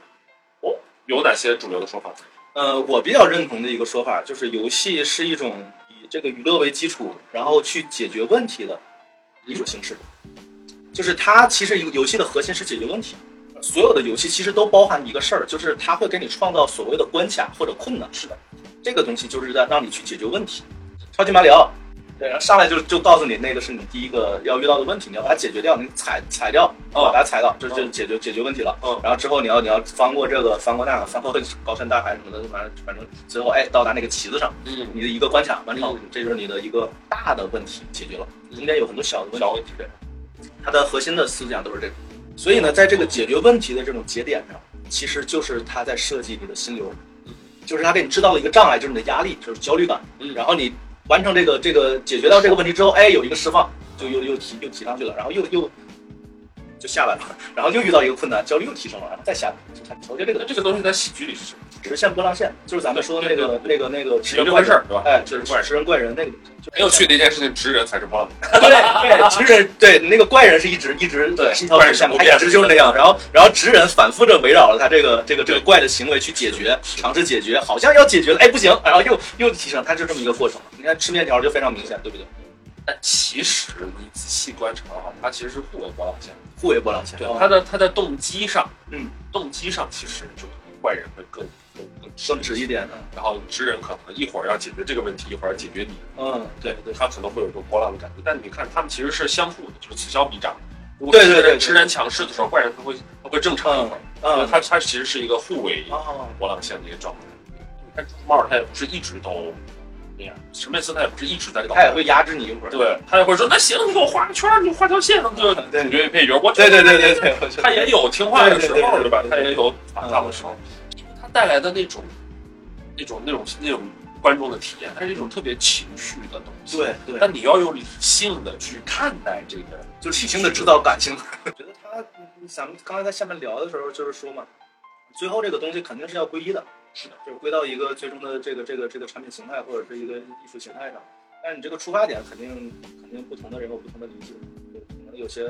Speaker 3: 有哪些主流的说法？
Speaker 2: 呃，我比较认同的一个说法就是，游戏是一种以这个娱乐为基础，然后去解决问题的一种形式。就是它其实游游戏的核心是解决问题，所有的游戏其实都包含一个事儿，就是它会给你创造所谓的关卡或者困难。是的，这个东西就是在让你去解决问题。超级马里奥，对，然后上来就就告诉你那个是你第一个要遇到的问题，你要把它解决掉，你踩踩掉，
Speaker 3: 哦
Speaker 2: 把它踩到，这就
Speaker 3: 嗯
Speaker 2: 解决解决问题了。
Speaker 3: 嗯
Speaker 2: 然后之后你要你要翻过这个，翻过那个，翻过高山大海什么的，反正反正最后哎到达那个旗子上，
Speaker 3: 嗯，
Speaker 2: 你的一个关卡完成
Speaker 3: 嗯，
Speaker 2: 这就是你的一个大的问题解决了，
Speaker 3: 嗯
Speaker 2: 中间有很多小的问题
Speaker 3: 小，问题对
Speaker 2: 它的核心的思想都是这个。所以呢，在这个解决问题的这种节点上，其实就是他在设计你的心流
Speaker 3: 嗯，
Speaker 2: 就是他给你制造了一个障碍，就是你的压力，就是焦虑感。
Speaker 3: 嗯
Speaker 2: 然后你完成这个这个解决到这个问题之后，哎，有一个释放，就又又提又提上去了，然后又又就下来了，然后又遇到一个困难，焦虑又提升了，然后再下来，就它调节这个
Speaker 3: 那这个东西在喜剧里是什么？
Speaker 2: 直线波浪线，就是咱们说的那个那个那个
Speaker 3: 是一个回事儿，对吧？
Speaker 2: 哎，
Speaker 3: 这
Speaker 2: 就是是
Speaker 3: 怪事。
Speaker 2: 食人怪人那个，就
Speaker 3: 很有趣的一件事情，直人才是忘了。
Speaker 2: 对对，直人对那个怪人是一直一直
Speaker 3: 对
Speaker 2: 是一条
Speaker 3: 怪人
Speaker 2: 直线
Speaker 3: 是不，
Speaker 2: 他
Speaker 3: 变
Speaker 2: 一
Speaker 3: 的
Speaker 2: 直就是那样。然后然后直人反复着围绕着他这个这个这个怪的行为去解决，尝试解决，好像要解决了，哎不行，然后又又提升，他就这么一个过程。你看吃面条就非常明显，对不对？
Speaker 3: 但哎其实你仔细观察啊，它其实是互为波浪线。
Speaker 2: 互为波浪线，
Speaker 3: 对，
Speaker 2: 哦
Speaker 3: 它的它在动机上，
Speaker 2: 嗯，
Speaker 3: 动机上其实就坏人会更更更
Speaker 2: 更直一点。嗯
Speaker 3: 然后直人可能一会儿要解决这个问题，一会儿要解决你，
Speaker 2: 嗯，对对
Speaker 3: 他可能会有一种波浪的感觉。但你看，他们其实是相互的，就是此消彼长。如果
Speaker 2: 对对对
Speaker 3: 直人
Speaker 2: 对
Speaker 3: 直人强势的时候，怪人他会他会正常一会儿，
Speaker 2: 嗯，
Speaker 3: 他他其实是一个互为
Speaker 2: 哦，
Speaker 3: 波浪线的一个状态。你看朱帽，他也不是一直都那样，史密斯他也不是一直在搞
Speaker 2: 他，也会压制你一会儿。
Speaker 3: 对他也会说那行，你给我画个圈儿，你画条线，就
Speaker 2: 对
Speaker 3: 主角配角，我
Speaker 2: 对对对对对，我觉得
Speaker 3: 他也有听话的时
Speaker 2: 对对对
Speaker 3: 候，
Speaker 2: 对嗯
Speaker 3: 对吧？
Speaker 2: 对
Speaker 3: 他
Speaker 2: 对
Speaker 3: 也有反抗的时候，他带来的那种、那种、那种、那种观众的体验，它是一种特别情绪的东西。，
Speaker 2: 对对，
Speaker 3: 但你要有理性的去看待这个，
Speaker 2: 就是理性的制造感性。我 (laughs) 觉得他，嗯咱们刚才在下面聊的时候，就是说嘛，最后这个东西肯定是要归一的，
Speaker 3: 是的，
Speaker 2: 就是归到一个最终的这个这个这个产品形态或者是一个艺术形态上。但是你这个出发点肯定肯定不同的人有不同的理解，对可能有些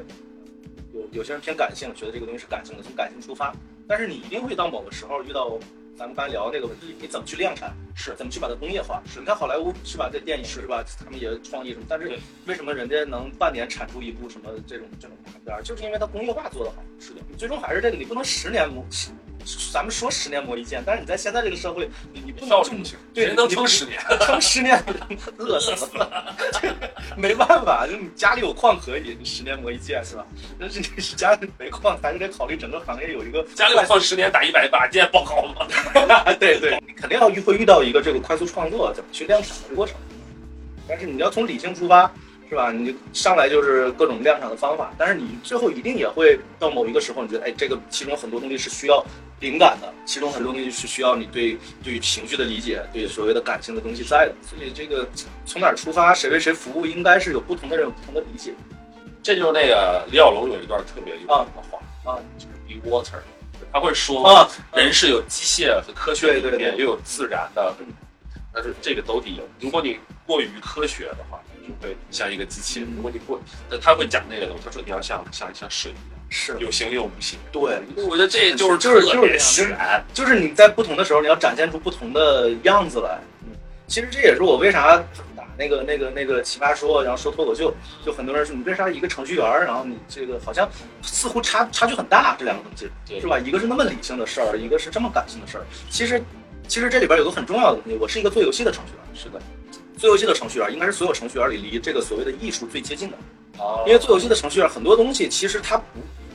Speaker 2: 有有些人偏感性，觉得这个东西是感性的，从感性出发。但是你一定会到某个时候遇到咱们刚才聊的那个问题，你怎么去量产？
Speaker 3: 是
Speaker 2: 怎么去把它工业化？是你看好莱坞是吧？这电影是吧？他们也创意什么，但是
Speaker 3: 对
Speaker 2: 为什么人家能半年产出一部什么这种这种大片儿？就是因为它工业化做得好。
Speaker 3: 是的，
Speaker 2: 你最终还是这个，你不能十年磨，咱们说十年磨一剑，但是你在现在这个社会，你你不能
Speaker 3: 效
Speaker 2: 就
Speaker 3: 率不行，
Speaker 2: 对
Speaker 3: 谁能
Speaker 2: 你
Speaker 3: 撑十年？
Speaker 2: 撑十年，饿死了，没办法，就是你家里有矿可以，你十年磨一剑是吧？但是你家里没矿，还是得考虑整个行业有一个
Speaker 3: 家里放十年打一百把，今天报告吗？ (laughs)
Speaker 2: 哎对对，你肯定要遇会遇到一个这个快速创作怎么去量产的过程，但是你要从理性出发，是吧？你上来就是各种量产的方法，但是你最后一定也会到某一个时候，你觉得哎，这个其中很多东西是需要灵感的，其中很多东西是需要你对对于情绪的理解，对所谓的感性的东西在的。所以这个从哪儿出发，谁为谁服务，应该是有不同的人有不同的理解。
Speaker 3: 这就是那个李小龙有一段特别有名的话
Speaker 2: 啊，
Speaker 3: 就是 “be water”，他会说
Speaker 2: 啊，
Speaker 3: 人是有机械和科学
Speaker 2: 对
Speaker 3: 里
Speaker 2: 对
Speaker 3: 面，
Speaker 2: 对
Speaker 3: 又有自然的
Speaker 2: 嗯，
Speaker 3: 但是这个都得有。如果你过于科学的话，就会像一个机器人。
Speaker 2: 嗯
Speaker 3: 如果你不，但他会讲那个东西，他说你要像像像水一
Speaker 2: 是
Speaker 3: 样，有形又无形。
Speaker 2: 对，
Speaker 3: 我觉得这就是
Speaker 2: 就是就是
Speaker 3: 特别然。
Speaker 2: 就是你在不同的时候，你要展现出不同的样子来。其实这也是我为啥打那个那个那个奇葩说，然后说脱口秀，就很多人说你为啥一个程序员儿，然后你这个好像似乎差差距很大，这两个东西
Speaker 3: 对
Speaker 2: 是吧？一个是那么理性的事儿，一个是这么感性的事儿。其实其实这里边有个很重要的东西，我是一个做游戏的程序员，
Speaker 3: 是的，
Speaker 2: 做游戏的程序员应该是所有程序员里离这个所谓的艺术最接近的。
Speaker 3: 哦
Speaker 2: 因为做游戏的程序员很多东西其实他不，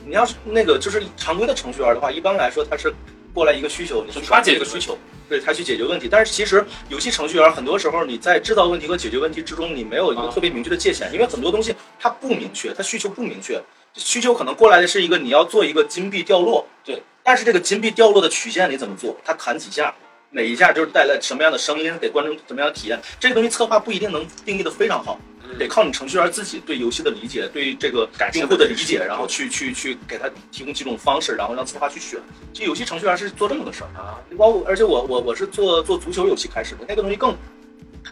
Speaker 2: 你要是那个就是常规的程序员的话，一般来说他是过来一个需求，你去
Speaker 3: 他解决
Speaker 2: 这个需求，对他去解决问题。但是其实游戏程序员很多时候你在制造问题和解决问题之中，你没有一个
Speaker 3: 啊
Speaker 2: 特别明确的界限，因为很多东西它不明确，它需求不明确，需求可能过来的是一个你要做一个金币掉落，
Speaker 3: 对，
Speaker 2: 但是这个金币掉落的曲线你怎么做？它弹几下？每一下就是带来什么样的声音，给观众什么样的体验，这个东西策划不一定能定义的非常好，得靠你程序员自己对游戏的理解，对这个
Speaker 3: 感受
Speaker 2: 用
Speaker 3: 的
Speaker 2: 户的理
Speaker 3: 认识
Speaker 2: 解，然后去去去给他提供几种方式，然后让策划去选。这游戏程序员是做这么个事儿，
Speaker 3: 啊，
Speaker 2: 包括而且我我我是做做足球游戏开始的，那个东西更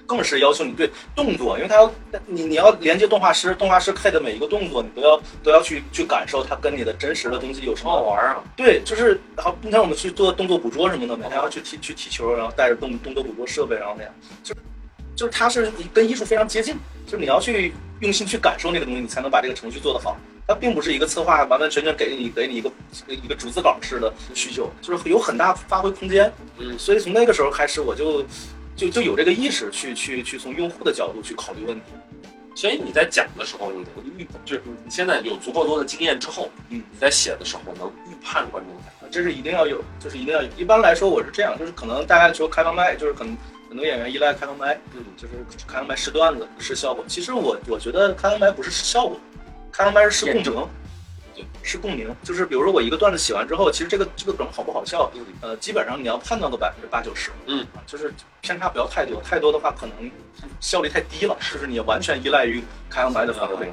Speaker 2: 更是要求你对动作，因为它要你你要连接动画师，动画师配的每一个动作，你都要都要去去感受它跟你的真实的东西有什
Speaker 3: 好好
Speaker 2: 么。
Speaker 3: 玩啊！
Speaker 2: 对，就是然后你看我们去做动作捕捉什么的，每天要去踢去踢球，然后带着动动作捕捉设备，然后那样，就是就是它是跟艺术非常接近，就是你要去用心去感受那个东西，你才能把这个程序做得好。它并不是一个策划完完全全给你给你一个一个逐字稿式的需求，就是有很大发挥空间。
Speaker 3: 嗯
Speaker 2: 所以从那个时候开始，我就就就有这个意识去去去从用户的角度去考虑问题。
Speaker 3: 所以你在讲的时候，你能预，就是你现在有足够多的经验之后，
Speaker 2: 嗯
Speaker 3: 你在写的时候能预判观众反应。
Speaker 2: 这是一定要有，就是一定要有。一般来说，我是这样，就是可能大家求开放麦，就是可能很多演员依赖开放麦，
Speaker 3: 嗯
Speaker 2: 就是开放麦是段子是效果。其实我我觉得开放麦不是效果，开放麦是共
Speaker 3: 验
Speaker 2: 鸣，
Speaker 3: 对，
Speaker 2: 是共鸣。就是比如说我一个段子写完之后，其实这个这个梗好不好笑，
Speaker 3: 嗯
Speaker 2: 呃，基本上你要判断个百分之八九十，
Speaker 3: 嗯
Speaker 2: 啊，就是偏差不要太多，太多的话可能效率太低了，就是你完全依赖于开放麦的反
Speaker 3: 嗯
Speaker 2: 馈。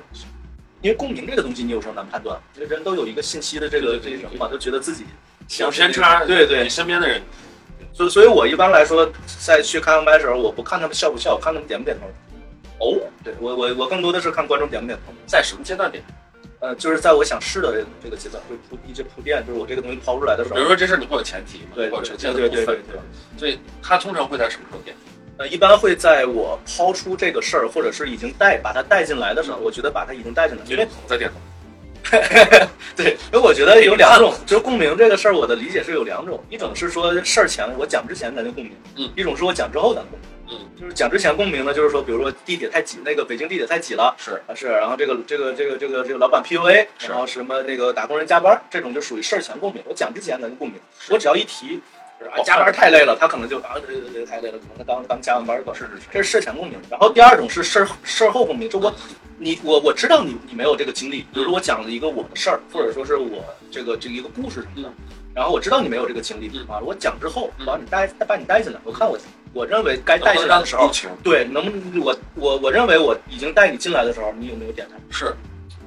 Speaker 2: 因为共鸣这个东西，你有时候难判断，因为人都有一个信息的这个
Speaker 3: 对对
Speaker 2: 这
Speaker 3: 对
Speaker 2: 什么嘛，都觉得自己
Speaker 3: 有偏差，
Speaker 2: 对对
Speaker 3: 你身边的人，
Speaker 2: 所以，所以我一般来说，在去开放麦的时候，我不看他们笑不笑，我看他们点不点头。
Speaker 3: 哦，
Speaker 2: 对我，我我更多的是看观众点不点头。
Speaker 3: 在什么阶段点？
Speaker 2: 呃，就是在我想试的这个这个阶段，会铺一直铺垫，就是我这个东西抛出来的时
Speaker 3: 比
Speaker 2: 候，
Speaker 3: 如说这事儿你会有前提嘛，
Speaker 2: 对
Speaker 3: 会有
Speaker 2: 对
Speaker 3: 呈现的
Speaker 2: 对
Speaker 3: 部
Speaker 2: 对
Speaker 3: 分，
Speaker 2: 对
Speaker 3: 吧？所以他通常会在什么时候点？
Speaker 2: 呃，一般会在我抛出这个事儿，或者是已经带把它带进来的时候，我觉得把它已经带进来，因为
Speaker 3: 在点头。
Speaker 2: 对，因为我觉得有两种，就是共鸣这个事儿，我的理解是有两种，一种是说事儿前我讲之前咱就共鸣，
Speaker 3: 嗯，
Speaker 2: 一种是我讲之后咱共鸣，
Speaker 3: 嗯，
Speaker 2: 就是讲之前共鸣呢，就是说，比如说地铁太挤，那个北京地铁太挤了。
Speaker 3: 是
Speaker 2: 啊，是，然后这个这个这个这个这个老板 PUA，
Speaker 3: 是
Speaker 2: 然后什么那个打工人加班，这种就属于事儿前共鸣。我讲之前咱就共鸣，我只要一提，就是啊
Speaker 3: 哦
Speaker 2: 加班太累了，他可能就啊对对对太累了，可能他刚刚加完班吧。
Speaker 3: 是是是，
Speaker 2: 这是事前共鸣。然后第二种是事儿事儿后共鸣，就我你我我知道你你没有这个经历，比如说我讲了一个我的事儿，或者说是我这个这个一个故事什么的，然后我知道你没有这个经历
Speaker 3: 嗯
Speaker 2: 啊，我讲之后，
Speaker 3: 嗯
Speaker 2: 我把你带把你带进来，我看我我认为该带进来的时
Speaker 3: 能
Speaker 2: 候
Speaker 3: 不能让你。情
Speaker 2: 对，能不我我我认为我已经带你进来的时候，你有没有点他？
Speaker 3: 是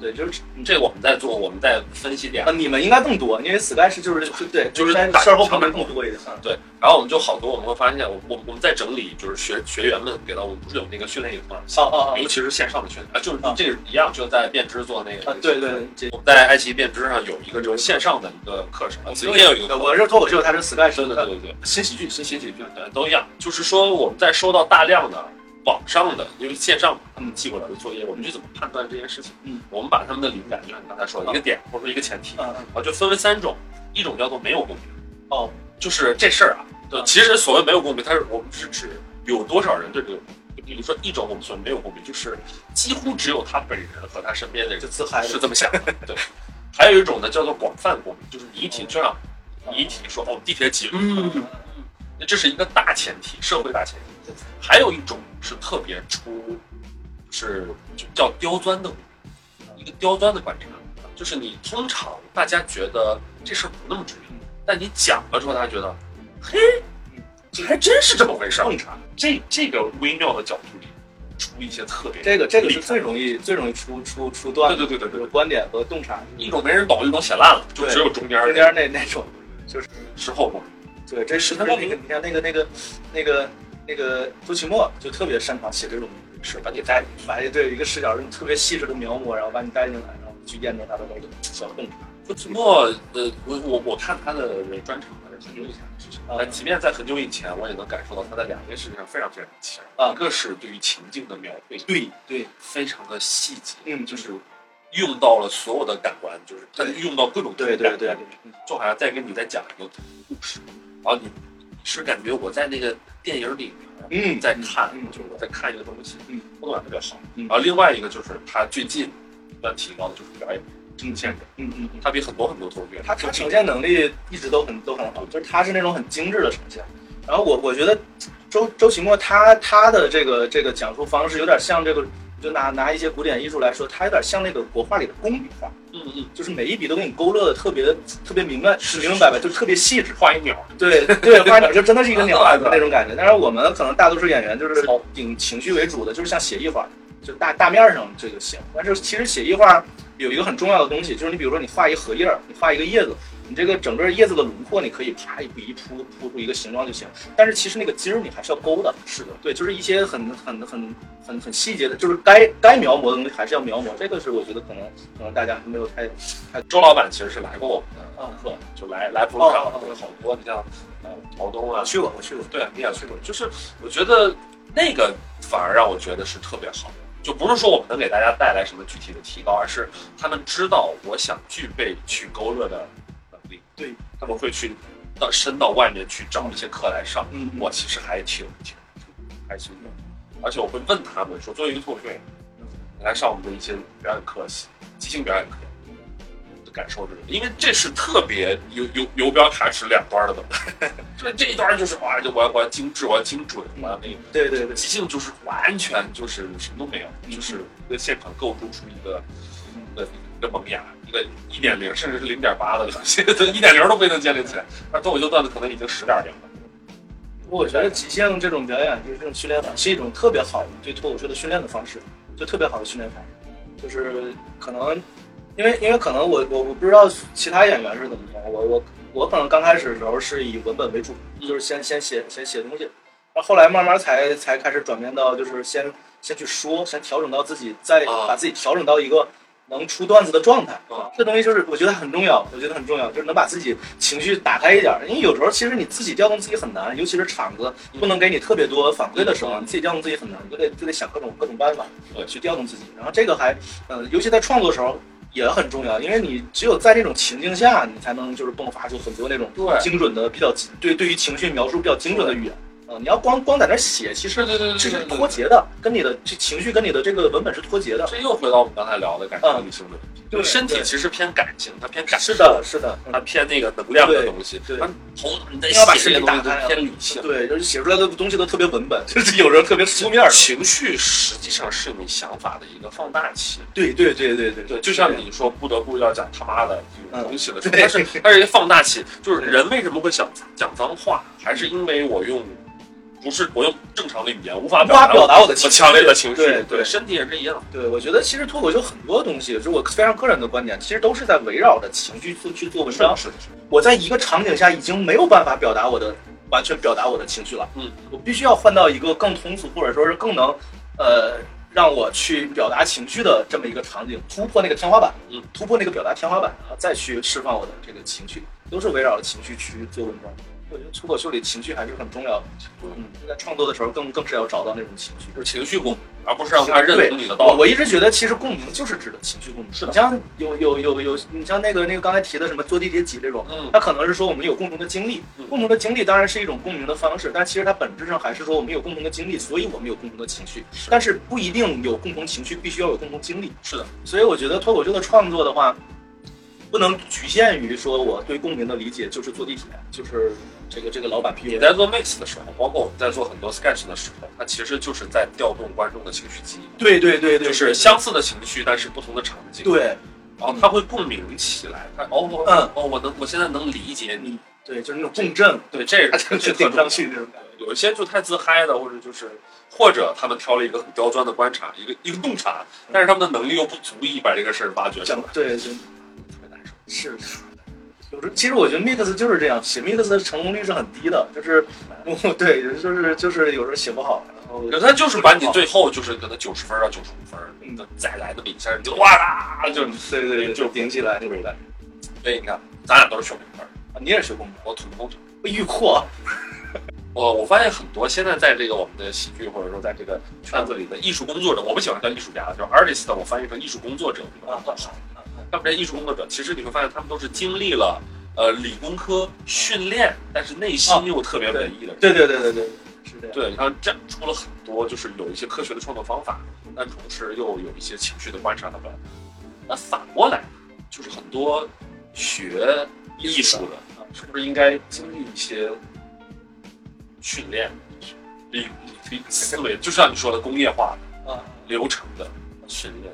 Speaker 2: 对，就是
Speaker 3: 这个我们在做，我们在分析点
Speaker 2: 啊，，你们应该更多，因为 Sky 是就是对，
Speaker 3: 就是
Speaker 2: 应该
Speaker 3: 打
Speaker 2: 事儿后
Speaker 3: 长
Speaker 2: 共鸣
Speaker 3: 门
Speaker 2: 更多一点。嗯
Speaker 3: 对，然后我们就好多我们会发现，我我我们在整理，就是学学员们给到我们不是有那个训练营嘛，
Speaker 2: 哦哦
Speaker 3: 尤其是线上的训练，啊，就是
Speaker 2: 啊
Speaker 3: 这个一样，就在变知做那
Speaker 2: 哦，
Speaker 3: 个
Speaker 2: 啊，对对，这
Speaker 3: 我们在爱奇艺变知上有一个这个线上的一个课程，子英也有一个课
Speaker 2: 啊我是脱口秀，他是 Sky
Speaker 3: 程，
Speaker 2: 是呃
Speaker 3: 对
Speaker 2: 的
Speaker 3: 对对对，新喜剧、新喜剧对呃都一样，就是说我们在收到大量的网上的，因为线上嘛他们寄过来的作业，我们去怎么判断这件事情？
Speaker 2: 嗯，
Speaker 3: 我们把他们的灵感，就像你刚才说的一个点或者说一个前提，
Speaker 2: 嗯嗯
Speaker 3: 啊，就分为三种，一种叫做没有共鸣。
Speaker 2: 哦
Speaker 3: 就是这事儿啊，对，
Speaker 2: 嗯
Speaker 3: 其实所谓没有共鸣，它是我们是指有多少人对这个有共鸣。比如说一种我们所谓没有共鸣，就是几乎只有他本人和他身边的人
Speaker 2: 就自嗨
Speaker 3: 是这
Speaker 2: (laughs)
Speaker 3: 么想的，对。还有一种呢叫做广泛共鸣，就是你一提这样，你一提说哦地铁挤，嗯，那这是一个大前提，社会大前提。还有一种是特别出，是就叫刁钻的，一个刁钻的观察，就是你通常大家觉得这事儿不那么重要，但你讲了之后，大家觉得，嘿，这还真是这么回事儿。
Speaker 2: 洞察。
Speaker 3: 这这个微妙的角度里，出一些特别
Speaker 2: 这个这个是最容易最容易出出出段
Speaker 3: 对
Speaker 2: 子，
Speaker 3: 对对对
Speaker 2: 就是
Speaker 3: 对，
Speaker 2: 观点和洞察。
Speaker 3: 一种没人懂，一种写烂了，就
Speaker 2: 对
Speaker 3: 只有中间
Speaker 2: 中
Speaker 3: 儿
Speaker 2: 间那那种，
Speaker 3: 时候共鸣。
Speaker 2: 对，这是
Speaker 3: 是
Speaker 2: 那
Speaker 3: 的
Speaker 2: 个你看那个那个那个那个周奇墨就特别擅长写这种是把你带进去，把对一个视角是你特别细致的描摹，然后把你带进来，然后去验证它的那个小洞察。
Speaker 3: 不过，呃，我我我看他的专场还是很久以前的事情，
Speaker 2: 啊
Speaker 3: 呃但即便在很久以前，我也能感受到他在两件事情上非常非常有劲
Speaker 2: 啊
Speaker 3: 一个是对于情境的描绘，对
Speaker 2: 对，
Speaker 3: 非常的细节，
Speaker 2: 嗯
Speaker 3: 就是用到了所有的感官，就是他
Speaker 2: 对
Speaker 3: 用到各种
Speaker 2: 对对
Speaker 3: 感
Speaker 2: 对
Speaker 3: 官，就好像在跟你在讲一个故事，然后你是感觉我在那个电影里面
Speaker 2: 嗯
Speaker 3: 在看，
Speaker 2: 嗯
Speaker 3: 就是我在看一个东西，
Speaker 2: 嗯，
Speaker 3: 动感特别好。
Speaker 2: 嗯
Speaker 3: 然后另外一个就是他最近的提高的就是表演呈现者，
Speaker 2: 嗯嗯嗯，
Speaker 3: 他比很多很多同学
Speaker 2: 他他呈现能力一直都很都很好，就是他是那种很精致的呈现。然后我我觉得周周奇墨他他的这个这个讲述方式有点像这个，就拿拿一些古典艺术来说，他有点像那个国画里的工笔画，
Speaker 3: 嗯嗯。
Speaker 2: 就是每一笔都给你勾勒的特别特别明白
Speaker 3: 是
Speaker 2: 明明白白，就是特别细致。
Speaker 3: 画一鸟，
Speaker 2: 对对，花鸟就真的是一个 (laughs) 鸟啊
Speaker 3: 对对
Speaker 2: 那种感觉。但是我们可能大多数演员就是
Speaker 3: 好
Speaker 2: 以情绪为主的，就是像写意画，就大大面上这个行。但是其实写意画有一个很重要的东西，就是你比如说你画一荷叶儿，你画一个叶子，你这个整个叶子的轮廓，你可以啪一笔一铺铺出一个形状就行。但是其实那个筋儿你还是要勾的。
Speaker 3: 是的，
Speaker 2: 对，就是一些很很很很很细节的，就是该该描摹的东西还是要描摹。这个是我觉得可能可能大家没有太
Speaker 3: 呃周老板其实是来过我们的
Speaker 2: 嗯
Speaker 3: 课，就来来普
Speaker 2: 哦哦
Speaker 3: 上
Speaker 2: 哦
Speaker 3: 好多，你像呃毛东啊，
Speaker 2: 去过，我去过。
Speaker 3: 对，你也去过，就是我觉得那个反而让我觉得是特别好的，就不是说我们能给大家带来什么具体的提高，而是他们知道我想具备去勾勒的能力，
Speaker 2: 对，
Speaker 3: 他们会去到深到外面去找一些课来上，
Speaker 2: 嗯，
Speaker 3: 我其实还挺挺挺开心的，而且我会问他们说，作为一个脱口秀演员，你来上我们的一些表演课、即兴表演课的感受是什么？因为这是特别有有游标卡尺两端的东西，这这一端 (laughs) 就是哇，就我要我要精致，我要精准，我要那个
Speaker 2: 对对对，
Speaker 3: 即兴就是完全就是什么都没有，就是跟现场构筑出一个一个一个萌芽，一个一点零甚至是零点八的东西， (laughs) 一点零都没能建立起来，而脱口秀段子可能已经十点零了。
Speaker 2: 我觉得即兴这种表演，就是这种训练法，是一种特别好的对脱口秀的训练的方式，就特别好的训练法。就是可能，因为因为可能我我我不知道其他演员是怎么样，我我我可能刚开始的时候是以文本为主，就是先先写先写东西，然后后来慢慢才才开始转变到就是先先去说，先调整到自己，再
Speaker 3: 啊
Speaker 2: 把自己调整到一个能出段子的状态。
Speaker 3: 啊
Speaker 2: 这东西就是我觉得很重要，我觉得很重要，就是能把自己情绪打开一点儿。因为有时候其实你自己调动自己很难，尤其是场子
Speaker 3: 嗯
Speaker 2: 不能给你特别多反馈的时候，
Speaker 3: 嗯
Speaker 2: 你自己调动自己很难，你就得就得想各种各种办法
Speaker 3: 对
Speaker 2: 去调动自己。然后这个还呃，尤其在创作时候也很重要，因为你只有在这种情境下，你才能就是迸发出很多那种
Speaker 3: 对
Speaker 2: 精准的、比较对对于情绪描述比较精准的语言。啊、你要光光在那儿写，其实
Speaker 3: 对对对对，
Speaker 2: 这是
Speaker 3: 对
Speaker 2: 脱节的，跟你的这情绪跟你的这个文本是脱节的。
Speaker 3: 这又回到我们刚才聊的感情理性的问题，
Speaker 2: 嗯对
Speaker 3: 身体
Speaker 2: 对
Speaker 3: 其实偏感性，它偏感受
Speaker 2: 是的，，是的，嗯
Speaker 3: 它偏那个能量的东西，
Speaker 2: 对
Speaker 3: 它头你在
Speaker 2: 要把
Speaker 3: 写这
Speaker 2: 身
Speaker 3: 个
Speaker 2: 体
Speaker 3: 东西
Speaker 2: 打
Speaker 3: 都
Speaker 2: 开啊
Speaker 3: 偏理性，
Speaker 2: 对，就是写出来的东西都特别文本， (laughs) 就是有时候特别书
Speaker 3: (laughs)
Speaker 2: 面儿的。
Speaker 3: 情绪实际上是你想法的一个放大器。
Speaker 2: 对对对对对
Speaker 3: 对，就像你说不得不要讲他妈的这种东西
Speaker 2: (laughs)
Speaker 3: 的时候，
Speaker 2: 嗯
Speaker 3: 它是它是一个放大器，就是
Speaker 2: 对
Speaker 3: 人为什么会想讲脏话，还是因为我用不是我用正常的语言无法
Speaker 2: 无法
Speaker 3: 表
Speaker 2: 表
Speaker 3: 达
Speaker 2: 达我的
Speaker 3: 我
Speaker 2: 情绪
Speaker 3: 强烈的情绪，
Speaker 2: 对对
Speaker 3: 身体也是一样，
Speaker 2: 对，我觉得其实脱口秀很多东西，就是我非常个人的观点，其实都是在围绕着情绪做去做文章。
Speaker 3: 是的，是的，
Speaker 2: 我在一个场景下已经没有办法表达我的完全表达我的情绪了，
Speaker 3: 嗯，
Speaker 2: 我必须要换到一个更通俗或者说是更能，呃，让我去表达情绪的这么一个场景，突破那个天花板，
Speaker 3: 嗯，
Speaker 2: 突破那个表达天花板，然后再去释放我的这个情绪，都是围绕着情绪去做文章。我觉得脱口秀里情绪还是很重要的，嗯，在创作的时候更更是要找到那种情绪。
Speaker 3: 就是情绪共鸣，而不是让他认同你的道
Speaker 2: 啊我
Speaker 3: 理。
Speaker 2: 我一直觉得，其实共鸣就是指的情绪共鸣。
Speaker 3: 是的
Speaker 2: 你像有有有有，你像那个那个刚才提的什么坐地铁挤这种，
Speaker 3: 嗯
Speaker 2: 它可能是说我们有共同的经历
Speaker 3: 嗯，
Speaker 2: 共同的经历当然是一种共鸣的方式，但其实它本质上还是说我们有共同的经历，所以我们有共同的情绪。但是不一定有共同情绪，必须要有共同经历。
Speaker 3: 是的，
Speaker 2: 所以我觉得脱口秀的创作的话，不能局限于说我对共鸣的理解就是坐地铁，就是这个这个老板 PUA。
Speaker 3: 你在做 mix 的时候，包括我们在做很多 sketch 的时候，它其实就是在调动观众的情绪记忆，
Speaker 2: 对对对对，
Speaker 3: 就是相似的情绪，但是不同的场景，，
Speaker 2: 对
Speaker 3: 然后它会共鸣起来，它哦，我
Speaker 2: 嗯
Speaker 3: 哦，我能，我现在能理解你，
Speaker 2: 对，就是那种共
Speaker 3: (laughs)
Speaker 2: 振，
Speaker 3: 对，这
Speaker 2: 它就
Speaker 3: 这
Speaker 2: 是
Speaker 3: 特
Speaker 2: 顶
Speaker 3: 重
Speaker 2: 上
Speaker 3: 要
Speaker 2: 去那种感觉。
Speaker 3: 有一些就太自嗨的，或者就是或者他们挑了一个很刁钻的观察，一个一个洞察，
Speaker 2: 嗯
Speaker 3: 但是他们的能力又不足以把这个事儿挖掘出来
Speaker 2: 讲，对对
Speaker 3: 特别难受。
Speaker 2: 是，有时其实我觉得 mix 就是这样，写 mix 的成功率是很低的，就是， (laughs) 对，就是就是有时候写不好，然后
Speaker 3: 嗯他就是把你最后就是可能九十分儿到九十五分儿，
Speaker 2: 嗯
Speaker 3: 那再来那么一下，你就哇啦就
Speaker 2: 对对对，就顶起来那种感觉。
Speaker 3: 所以你看，咱俩都是学理科儿，
Speaker 2: 啊你也是学工科，
Speaker 3: 我土木工程。
Speaker 2: 欲扩，
Speaker 3: 我我发现很多现在在这个我们的喜剧或者说在这个圈子里的艺术工作者，我不喜欢叫艺术家，就是 artist，我翻译成艺术工作者，
Speaker 2: 啊
Speaker 3: 我觉得很好。他们这些艺术工作者，其实你会发现他们都是经历了呃理工科训练，但是内心又特别文艺的人。
Speaker 2: 对对对啊对对，是这样。
Speaker 3: 对，然后这样出了很多，就是有一些科学的创作方法，但同时又有一些情绪的观察的表达。那反过来，就是很多学艺术
Speaker 2: 啊
Speaker 3: 的，是不是应该经历一些训练、理理理思维，就像你说的工业化的、
Speaker 2: 啊，呃
Speaker 3: 流程的训练？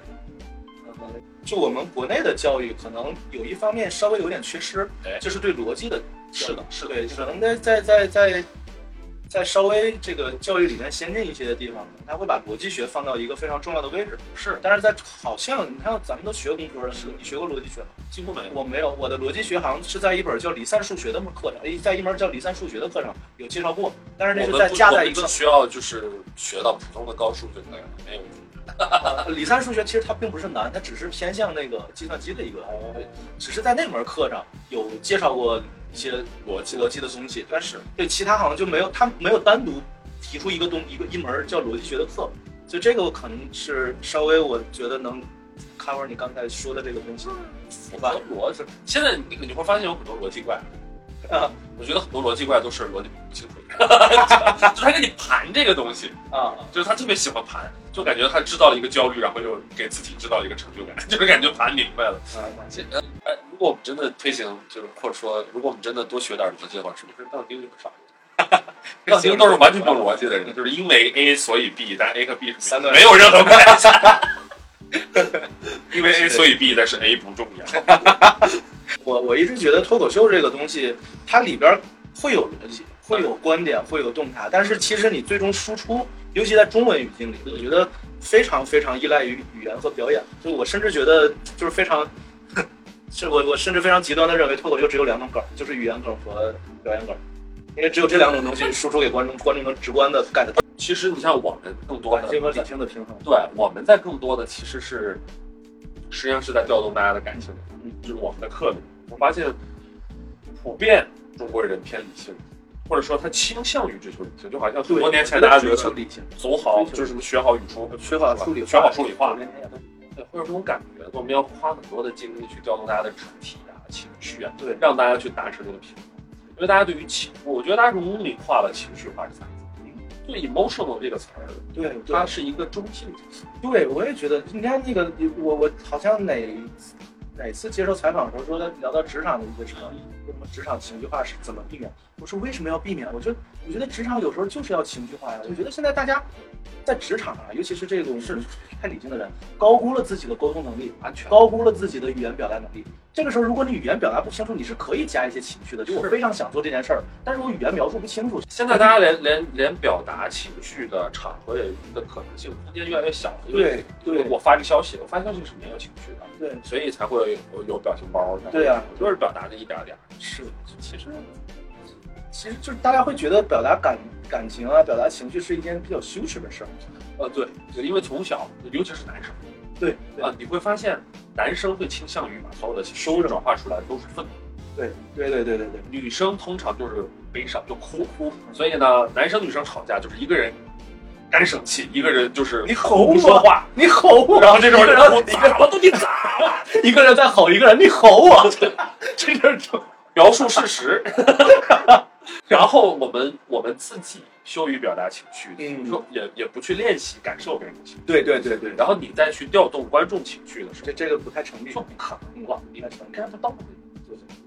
Speaker 2: 就我们国内的教育可能有一方面稍微有点缺失
Speaker 3: 哎，
Speaker 2: 就是对逻辑的
Speaker 3: 是的，是的，
Speaker 2: 对，可能在在在在在稍微这个教育理念先进一些的地方，他会把逻辑学放到一个非常重要的位置。
Speaker 3: 是
Speaker 2: 但是在好像你看，咱们都学工科的，你学过逻辑学吗？
Speaker 3: 几乎没有。
Speaker 2: 我没有，我的逻辑学好像是在一本叫离散数学的课上，诶在一门叫离散数学的课上有介绍过，但是那
Speaker 3: 我
Speaker 2: 是在
Speaker 3: 们
Speaker 2: 加在一
Speaker 3: 不
Speaker 2: 个
Speaker 3: 我们需要就是学到普通的高数就可以了，没有。
Speaker 2: 呃离散数学，其实它并不是难，它只是偏向那个计算机的一个，
Speaker 3: 哦
Speaker 2: 只是在那门课上有介绍过一些
Speaker 3: 逻辑
Speaker 2: 逻辑的东西，但是
Speaker 3: 是
Speaker 2: 对其他好像就没有，他没有单独提出一个东一个一门叫逻辑学的课，所以这个我可能是稍微我觉得能 cover 你刚才说的这个东西，
Speaker 3: 我
Speaker 2: 好吧
Speaker 3: 觉得？逻辑，现在你你会发现有很多逻辑怪，
Speaker 2: 啊
Speaker 3: 我觉得很多逻辑怪都是逻辑不清楚，就是他跟你盘这个东西，
Speaker 2: 啊，
Speaker 3: 就是他特别喜欢盘，就感觉他制造了一个焦虑，然后又给自己制造了一个成就感，就是感觉盘明白了。
Speaker 2: 啊
Speaker 3: 这呃，哎，如果我们真的推行，就是或者说，如果我们真的多学点逻辑的话，是不是杠精就会少一 (laughs) 点？杠精都是完全没有逻辑的人，就是因为 A 所以 B，但 A 和 B 是
Speaker 2: 三段
Speaker 3: 没有任何关 (laughs) 系。因为 A 所以 B，但是 A 不重要。
Speaker 2: 我我一直觉得脱口秀这个东西，它里边会有逻辑，会
Speaker 3: 嗯
Speaker 2: 有观点，会有洞察，但是其实你最终输出，尤其在中文语境里，我觉得非常非常依赖于语言和表演。就我甚至觉得，就是非常，是我我甚至非常极端的认为，脱口秀只有两种梗，就是语言梗和表演梗，因为只有这两种东西输出给观众，观众能直观的 get 到
Speaker 3: 其实你像我们更多
Speaker 2: 感
Speaker 3: 的
Speaker 2: 性和理性的平衡。
Speaker 3: 对，我们在更多的其实是，实际上是在调动大家的感性，
Speaker 2: 嗯
Speaker 3: 嗯就是我们的课里，我发现普遍中国人偏理性，或者说他倾向于追求理性，就好像很多年前大家觉
Speaker 2: 追求
Speaker 3: 得
Speaker 2: 理性，
Speaker 3: 走好就是什么学好语数，
Speaker 2: 学好数理化，
Speaker 3: 学好数理化，
Speaker 2: 对
Speaker 3: 对，会有这种感觉，我们要花很多的精力去调动大家的主体啊、情绪啊，
Speaker 2: 对
Speaker 3: 让大家去达成这个平衡。因为大家对于情，我觉得大家容易化了情绪化这三个字，嗯对 emotional 这个词儿，
Speaker 2: 对，对
Speaker 3: 它是一个中性的词。
Speaker 2: 对，我也觉得，你看那个，我我好像哪哪次接受采访的时候说，聊到职场的一些事情，为什么职场情绪化是怎么避免？我说为什么要避免？我觉得，我觉得职场有时候就是要情绪化呀。我觉得现在大家在职场啊，尤其是这种是太理性的人，高估了自己的沟通能力，
Speaker 3: 安全
Speaker 2: 高估了自己的语言表达能力。这个时候，如果你语言表达不清楚，你是可以加一些情绪的。就我
Speaker 3: 是
Speaker 2: 非常想做这件事儿，但是我语言描述不清楚，
Speaker 3: 现在大家连连连表达情绪的场合也的可能性空间越来越小了，因为
Speaker 2: 对对
Speaker 3: 我发个消息，我发消息是没有情绪的，
Speaker 2: 对，
Speaker 3: 所以才会有有表情包。
Speaker 2: 对啊
Speaker 3: 我就是表达的一点点儿。
Speaker 2: 是。
Speaker 3: 其实
Speaker 2: 其实就是大家会觉得表达感感情啊，表达情绪是一件比较羞耻的事儿。
Speaker 3: 呃对，因为从小尤其是男生
Speaker 2: 对
Speaker 3: 啊、你会发现男生会倾向于把所有的情绪转化出来都是愤怒，
Speaker 2: 对对对对对对，
Speaker 3: 女生通常就是悲伤就哭哭，所以呢，男生女生吵架就是一个人干生气，一个人就是
Speaker 2: 你吼
Speaker 3: 不说
Speaker 2: 我
Speaker 3: 话。
Speaker 2: 你吼我，
Speaker 3: 然后这时候
Speaker 2: 一个
Speaker 3: 我
Speaker 2: 人
Speaker 3: 咋了？都你啊咋了？
Speaker 2: 一个人在吼一个人，你吼我，这就是这
Speaker 3: 描述事实， (laughs) 然后我们我们自己羞于表达情绪，
Speaker 2: 嗯
Speaker 3: 说也也不去练习感受别人的情绪，
Speaker 2: (laughs) 对对对对，
Speaker 3: 然后你再去调动观众情绪的时
Speaker 2: 这这个不太成立
Speaker 3: 候，就。不可能了，你
Speaker 2: 那成立
Speaker 3: 看不到。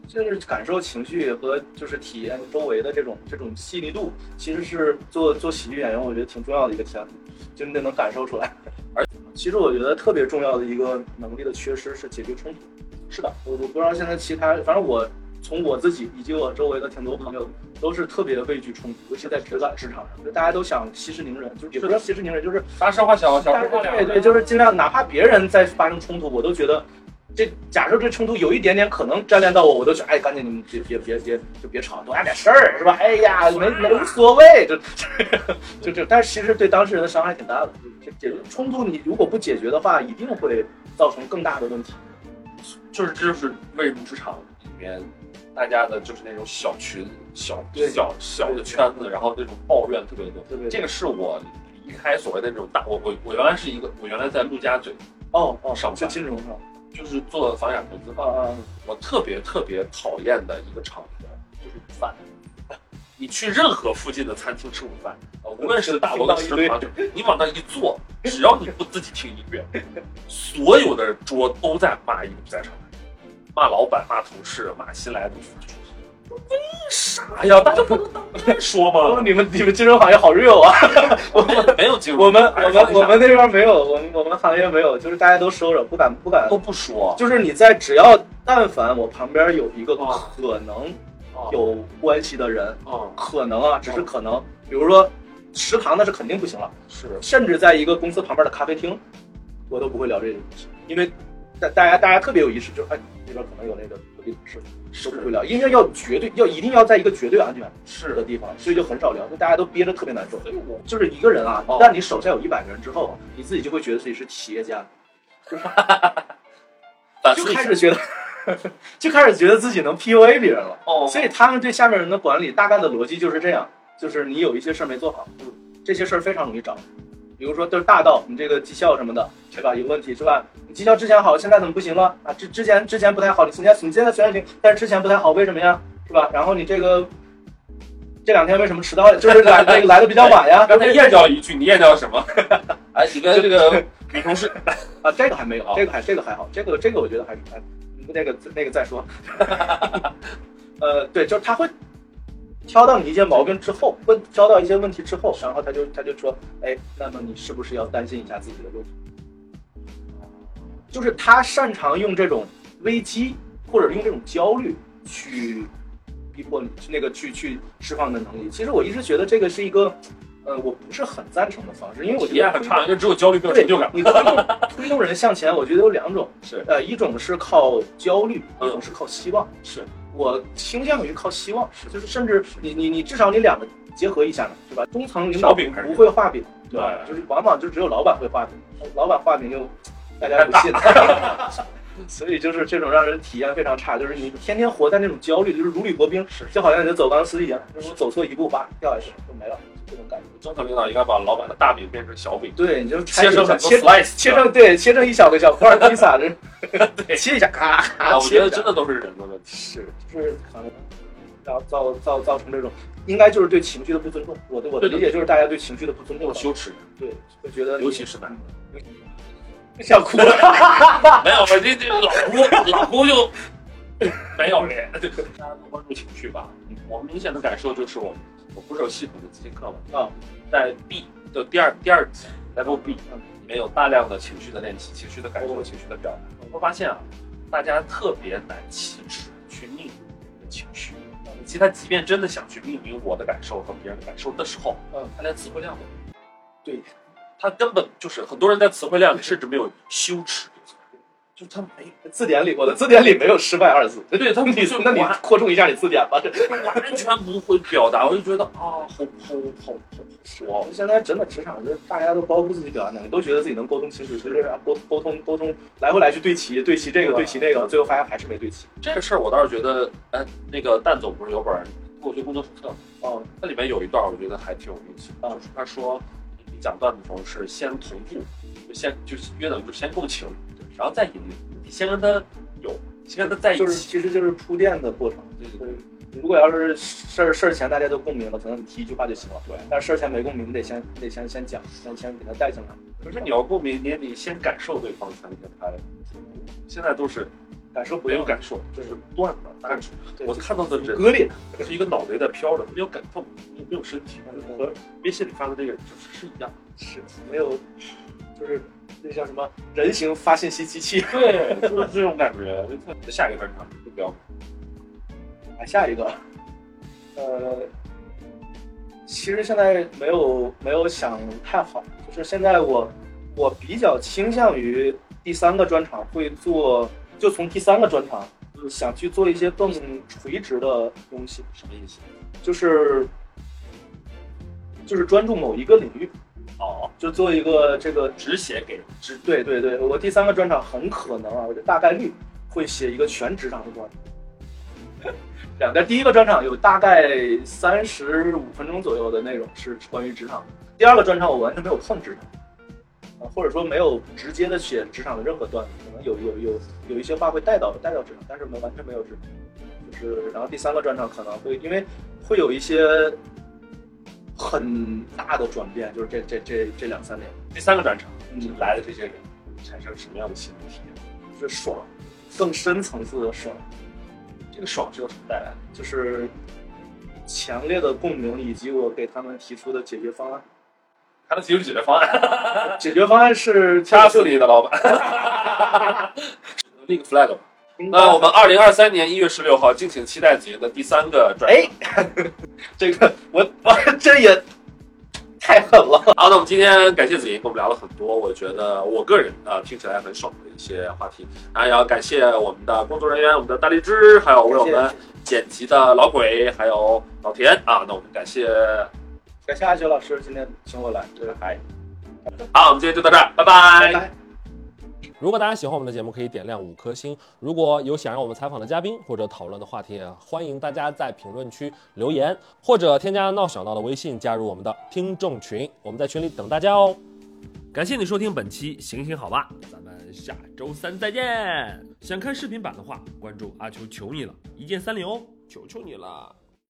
Speaker 2: 就是感受情绪和就是体验周围的这种这种细腻度，其实是做做喜剧演员我觉得挺重要的一个天赋，就你得能感受出来。
Speaker 3: 而
Speaker 2: 其实我觉得特别重要的一个能力的缺失是解决冲突。
Speaker 3: 是的，
Speaker 2: 我我不知道现在其他，反正我从我自己以及我周围的挺多朋友都是特别畏惧冲突，尤其在职场职场上，就大家都想息事宁人，就是也不是息事宁人，就是
Speaker 3: 大事化小，小
Speaker 2: 但
Speaker 3: 事
Speaker 2: 是
Speaker 3: 化了。
Speaker 2: 对对，就是尽量哪怕别人在发生冲突，我都觉得这假设这冲突有一点点可能沾连到我，我都觉得哎，赶紧你们别别别别就别吵，多干点事儿是吧？哎呀，没没无所谓，就 (laughs) 就这，但是其实对当事人的伤害挺大的。就解决冲突，你如果不解决的话，一定会造成更大的问题。
Speaker 3: 就是这就是为什么职场里面大家的就是那种小群、小
Speaker 2: 对
Speaker 3: 小小的圈子，然后那种抱怨特别多。
Speaker 2: 对不对？
Speaker 3: 这个是我离开所谓的那种大，我我我原来是一个，我原来在陆家嘴
Speaker 2: 哦哦，
Speaker 3: 上
Speaker 2: 是
Speaker 3: 班
Speaker 2: 金融上，
Speaker 3: 就是做房地产投资
Speaker 2: 啊
Speaker 3: 嘛，
Speaker 2: 啊，
Speaker 3: 我特别特别讨厌的一个场合就是午饭。你去任何附近的餐厅吃午饭，呃无论是大楼的食堂，你往那一坐，只要你不自己听音乐，所有的桌都在骂一个不在场的人，骂老板、骂同事、骂新来的同事。为啥呀？大家不能当面说
Speaker 2: 哦
Speaker 3: 吗？
Speaker 2: 你们你们金融行业好 real 啊！
Speaker 3: 没有没有进入，哎
Speaker 2: 我们
Speaker 3: 还
Speaker 2: 我
Speaker 3: 是放
Speaker 2: 们
Speaker 3: 一下
Speaker 2: 我们那边没有，我们我们行业没有，就是大家都收着，不敢不敢
Speaker 3: 都不说，
Speaker 2: 就是你在只要但凡我旁边有一个
Speaker 3: 啊
Speaker 2: 可能
Speaker 3: 啊
Speaker 2: 有关系的人，
Speaker 3: 啊
Speaker 2: 可能啊，只是可能，比如说食堂那是肯定不行了，
Speaker 3: 是
Speaker 2: 甚至在一个公司旁边的咖啡厅，我都不会聊这个东西，因为大大家大家特别有意识，就是哎那边可能有那个隔壁同事，都不会
Speaker 3: 是
Speaker 2: 聊，因为要绝对要一定要在一个绝对安全
Speaker 3: 是
Speaker 2: 的地方，所以就很少聊，就大家都憋着特别难受。
Speaker 3: 所以我
Speaker 2: 就是一个人啊
Speaker 3: 哦，
Speaker 2: 但你手下有一百个人之后，你自己就会觉得自己是企业家，
Speaker 3: 反
Speaker 2: 就
Speaker 3: 思一
Speaker 2: 开
Speaker 3: 下
Speaker 2: 始觉得， (laughs) 就开始觉得自己能 PUA 别人了。
Speaker 3: 哦，
Speaker 2: 所以他们对下面人的管理大概的逻辑就是这样：就是你有一些事儿没做好，
Speaker 3: 嗯，
Speaker 2: 这些事儿非常容易找。比如说，就是大到你这个绩效什么的，对吧？有问题是吧？你绩效之前好，现在怎么不行了？啊，之之前之前不太好，你现在你现在虽然行，但是之前不太好，为什么呀？是吧？然后你这个这两天为什么迟到呀？就是来那个来的比较晚
Speaker 3: (laughs)
Speaker 2: 呀？
Speaker 3: 刚才验掉一句，你验掉
Speaker 2: (laughs)
Speaker 3: 什么？哎，你跟这 (laughs) 个女同事
Speaker 2: 啊，这个还没有
Speaker 3: 哦，
Speaker 2: 这个还这个还好，这个这个我觉得还是还那个那个再说。 (laughs) 呃，对，就是他会挑到你一些毛病之后，问挑到一些问题之后，然后他就他就说，哎，那么你是不是要担心一下自己的问题？就是他擅长用这种危机或者用这种焦虑去逼迫你去那个去去释放你的能力。其实我一直觉得这个是一个，呃，我不是很赞成的方式，因为我
Speaker 3: 体
Speaker 2: 觉
Speaker 3: 验
Speaker 2: 得
Speaker 3: 很差，因为只有焦虑没有
Speaker 2: 对
Speaker 3: 成就感。
Speaker 2: 你推动推动人向前，我觉得有两种，
Speaker 3: 是
Speaker 2: 呃，一种是靠焦虑，
Speaker 3: 嗯
Speaker 2: 一种是靠希望。
Speaker 3: 是
Speaker 2: 我倾向于靠希望，就是甚至你你你至少你两个结合一下嘛，是吧？中层领导
Speaker 3: 烧
Speaker 2: 不
Speaker 3: 饼还是
Speaker 2: 不会画饼，对吧？
Speaker 3: 对
Speaker 2: 就是往往就只有老板会画饼，老板画饼又大家不信， (laughs) 所以就是这种让人体验非常差，就是你天天活在那种焦虑，就是如履薄冰，就好像你在走钢丝一样，就是我走错一步吧，掉下去了就没了，就这种感觉。
Speaker 3: 中层领导应该把老板的大饼变成小饼，
Speaker 2: 对，你就拆
Speaker 3: 切成
Speaker 2: 一下
Speaker 3: 很多
Speaker 2: 切
Speaker 3: slice，
Speaker 2: 切成对，切成一小个小块披萨，这
Speaker 3: 对
Speaker 2: 切一下，咔
Speaker 3: 啊，
Speaker 2: 咔
Speaker 3: 我觉
Speaker 2: 切
Speaker 3: 得
Speaker 2: 一
Speaker 3: 真
Speaker 2: 下，
Speaker 3: 的都是人的问题。
Speaker 2: (laughs) 是就是可能造造造造成这种，应该就是对情绪的不尊重。我的我的
Speaker 3: 对的
Speaker 2: 理解就是大家对情绪的不尊
Speaker 3: 这
Speaker 2: 重
Speaker 3: 种
Speaker 2: (laughs) 吧，
Speaker 3: 羞耻，
Speaker 2: 对，就觉得
Speaker 3: 尤其是男的，
Speaker 2: 想 (laughs) 哭了。
Speaker 3: 没有，我这这老姑老姑就没有人，对 (laughs) 大家都关注情绪吧。我明显的感受就是我，我不是有系统的咨询课吗？
Speaker 2: 啊，
Speaker 3: 在 B 的第二第二集 Level B
Speaker 2: 嗯
Speaker 3: 里面有大量的情绪的练习、情绪的感受、情绪的表达。我会发现啊，大家特别难启齿去命名你的情绪，以及他即便真的想去命名我的感受和别人的感受的时候，
Speaker 2: 嗯
Speaker 3: 他连词汇量都没有。
Speaker 2: (laughs) 对，
Speaker 3: 他根本就是很多人在词汇量里甚至没有羞耻，就是他没
Speaker 2: 字典里我的字典里没有失败二字。 (laughs)
Speaker 3: 对对，他们
Speaker 2: 你
Speaker 3: 就
Speaker 2: 那你
Speaker 3: 完
Speaker 2: 扩充一下你字典吧。这
Speaker 3: 完全不会表达，我就觉得啊，好好好好好
Speaker 2: 现在真的职场就是大家都高估自己表达能力，都觉得自己能沟通清楚，就是啊沟沟通沟通来回来去对齐对齐这个对齐那个，最后发现还是没对齐。
Speaker 3: 这个事儿我倒是觉得，哎，那个蛋总不是有本儿脱口秀工作手册，
Speaker 2: 哦，
Speaker 3: 那里面有一段我觉得还挺有意思的，就是他说你讲段子的时候是先同步，就先就是约等于就是先共情，然后再引领，你先跟他有，先跟他在一
Speaker 2: 就是
Speaker 3: 起，
Speaker 2: 其实就是铺垫的过程。
Speaker 3: 对对
Speaker 2: 对如果要是事儿事儿前大家都共鸣了，可能你提一句话就行了。
Speaker 3: 对
Speaker 2: 但是事儿前没共鸣，你得先你得先先讲，先先给他带进来。
Speaker 3: 可是你要共鸣，你也得先感受对方才能跟他同步。现在都是
Speaker 2: 感受不
Speaker 3: 没有
Speaker 2: 用
Speaker 3: 感受，就是断了。但是
Speaker 2: 对
Speaker 3: 我看到的人
Speaker 2: 割裂，
Speaker 3: 是一个脑袋在飘着，没有感受，没有没有身体，
Speaker 2: 嗯
Speaker 3: 和微信里发的那个就是是一样。
Speaker 2: 是没有，就是那叫什么人形发信息机器。
Speaker 3: 对，就是这种感觉。下一个专场就不要
Speaker 2: 来哎下一个，呃，其实现在没有没有想太好，就是现在我我比较倾向于第三个专场会做就从第三个专场想去做一些更垂直的东西，
Speaker 3: 什么意思？
Speaker 2: 就是就是专注某一个领域，
Speaker 3: 哦，
Speaker 2: 就做一个这个
Speaker 3: 只写给只
Speaker 2: 对对对，我第三个专场很可能啊，我觉得大概率会写一个全职场的专场。 (laughs) 两个，第一个专场有大概三十五分钟左右的内容是关于职场的，第二个专场我完全没有碰职场，啊，或者说没有直接的写职场的任何段子，可能有有有有一些话会带到带到职场，但是没完全没有职场，就是然后第三个专场可能会因为会有一些很大的转变，就是这这这这两三年，
Speaker 3: 第三个专场，
Speaker 2: 嗯，
Speaker 3: 来的这些人产生什么样的心理体验？
Speaker 2: 就是爽，更深层次的爽，
Speaker 3: 这个爽是由什么带来的？
Speaker 2: 就是强烈的共鸣，以及我给他们提出的解决方案。
Speaker 3: 他的提出解决方案，
Speaker 2: 解决方案是
Speaker 3: 掐死你的老板。 (laughs) 立个 flag 吧。那我们二零二三年一月十六号，敬请期待子莹的第三个专场。
Speaker 2: 哎，这个我我这也太狠了。
Speaker 3: 好，那我们今天感谢子莹跟我们聊了很多，我觉得我个人啊、呃听起来很爽的一些话题。然后也要感谢我们的工作人员，我们的大荔枝，还有为我们剪辑的老鬼，还有老田啊。那我们感谢，
Speaker 2: 感谢阿雪老师今天请我来，对，哎，
Speaker 3: 好，我们今天就到这儿，拜
Speaker 2: 拜拜。
Speaker 5: 如果大家喜欢我们的节目，可以点亮五颗星。如果有想让我们采访的嘉宾或者讨论的话题，也啊欢迎大家在评论区留言，或者添加闹小闹的微信，加入我们的听众群。我们在群里等大家哦。
Speaker 1: 感谢你收听本期《行行好吧》，咱们下周三再见。想看视频版的话，关注阿球求你了，一键三连哦，求求你了。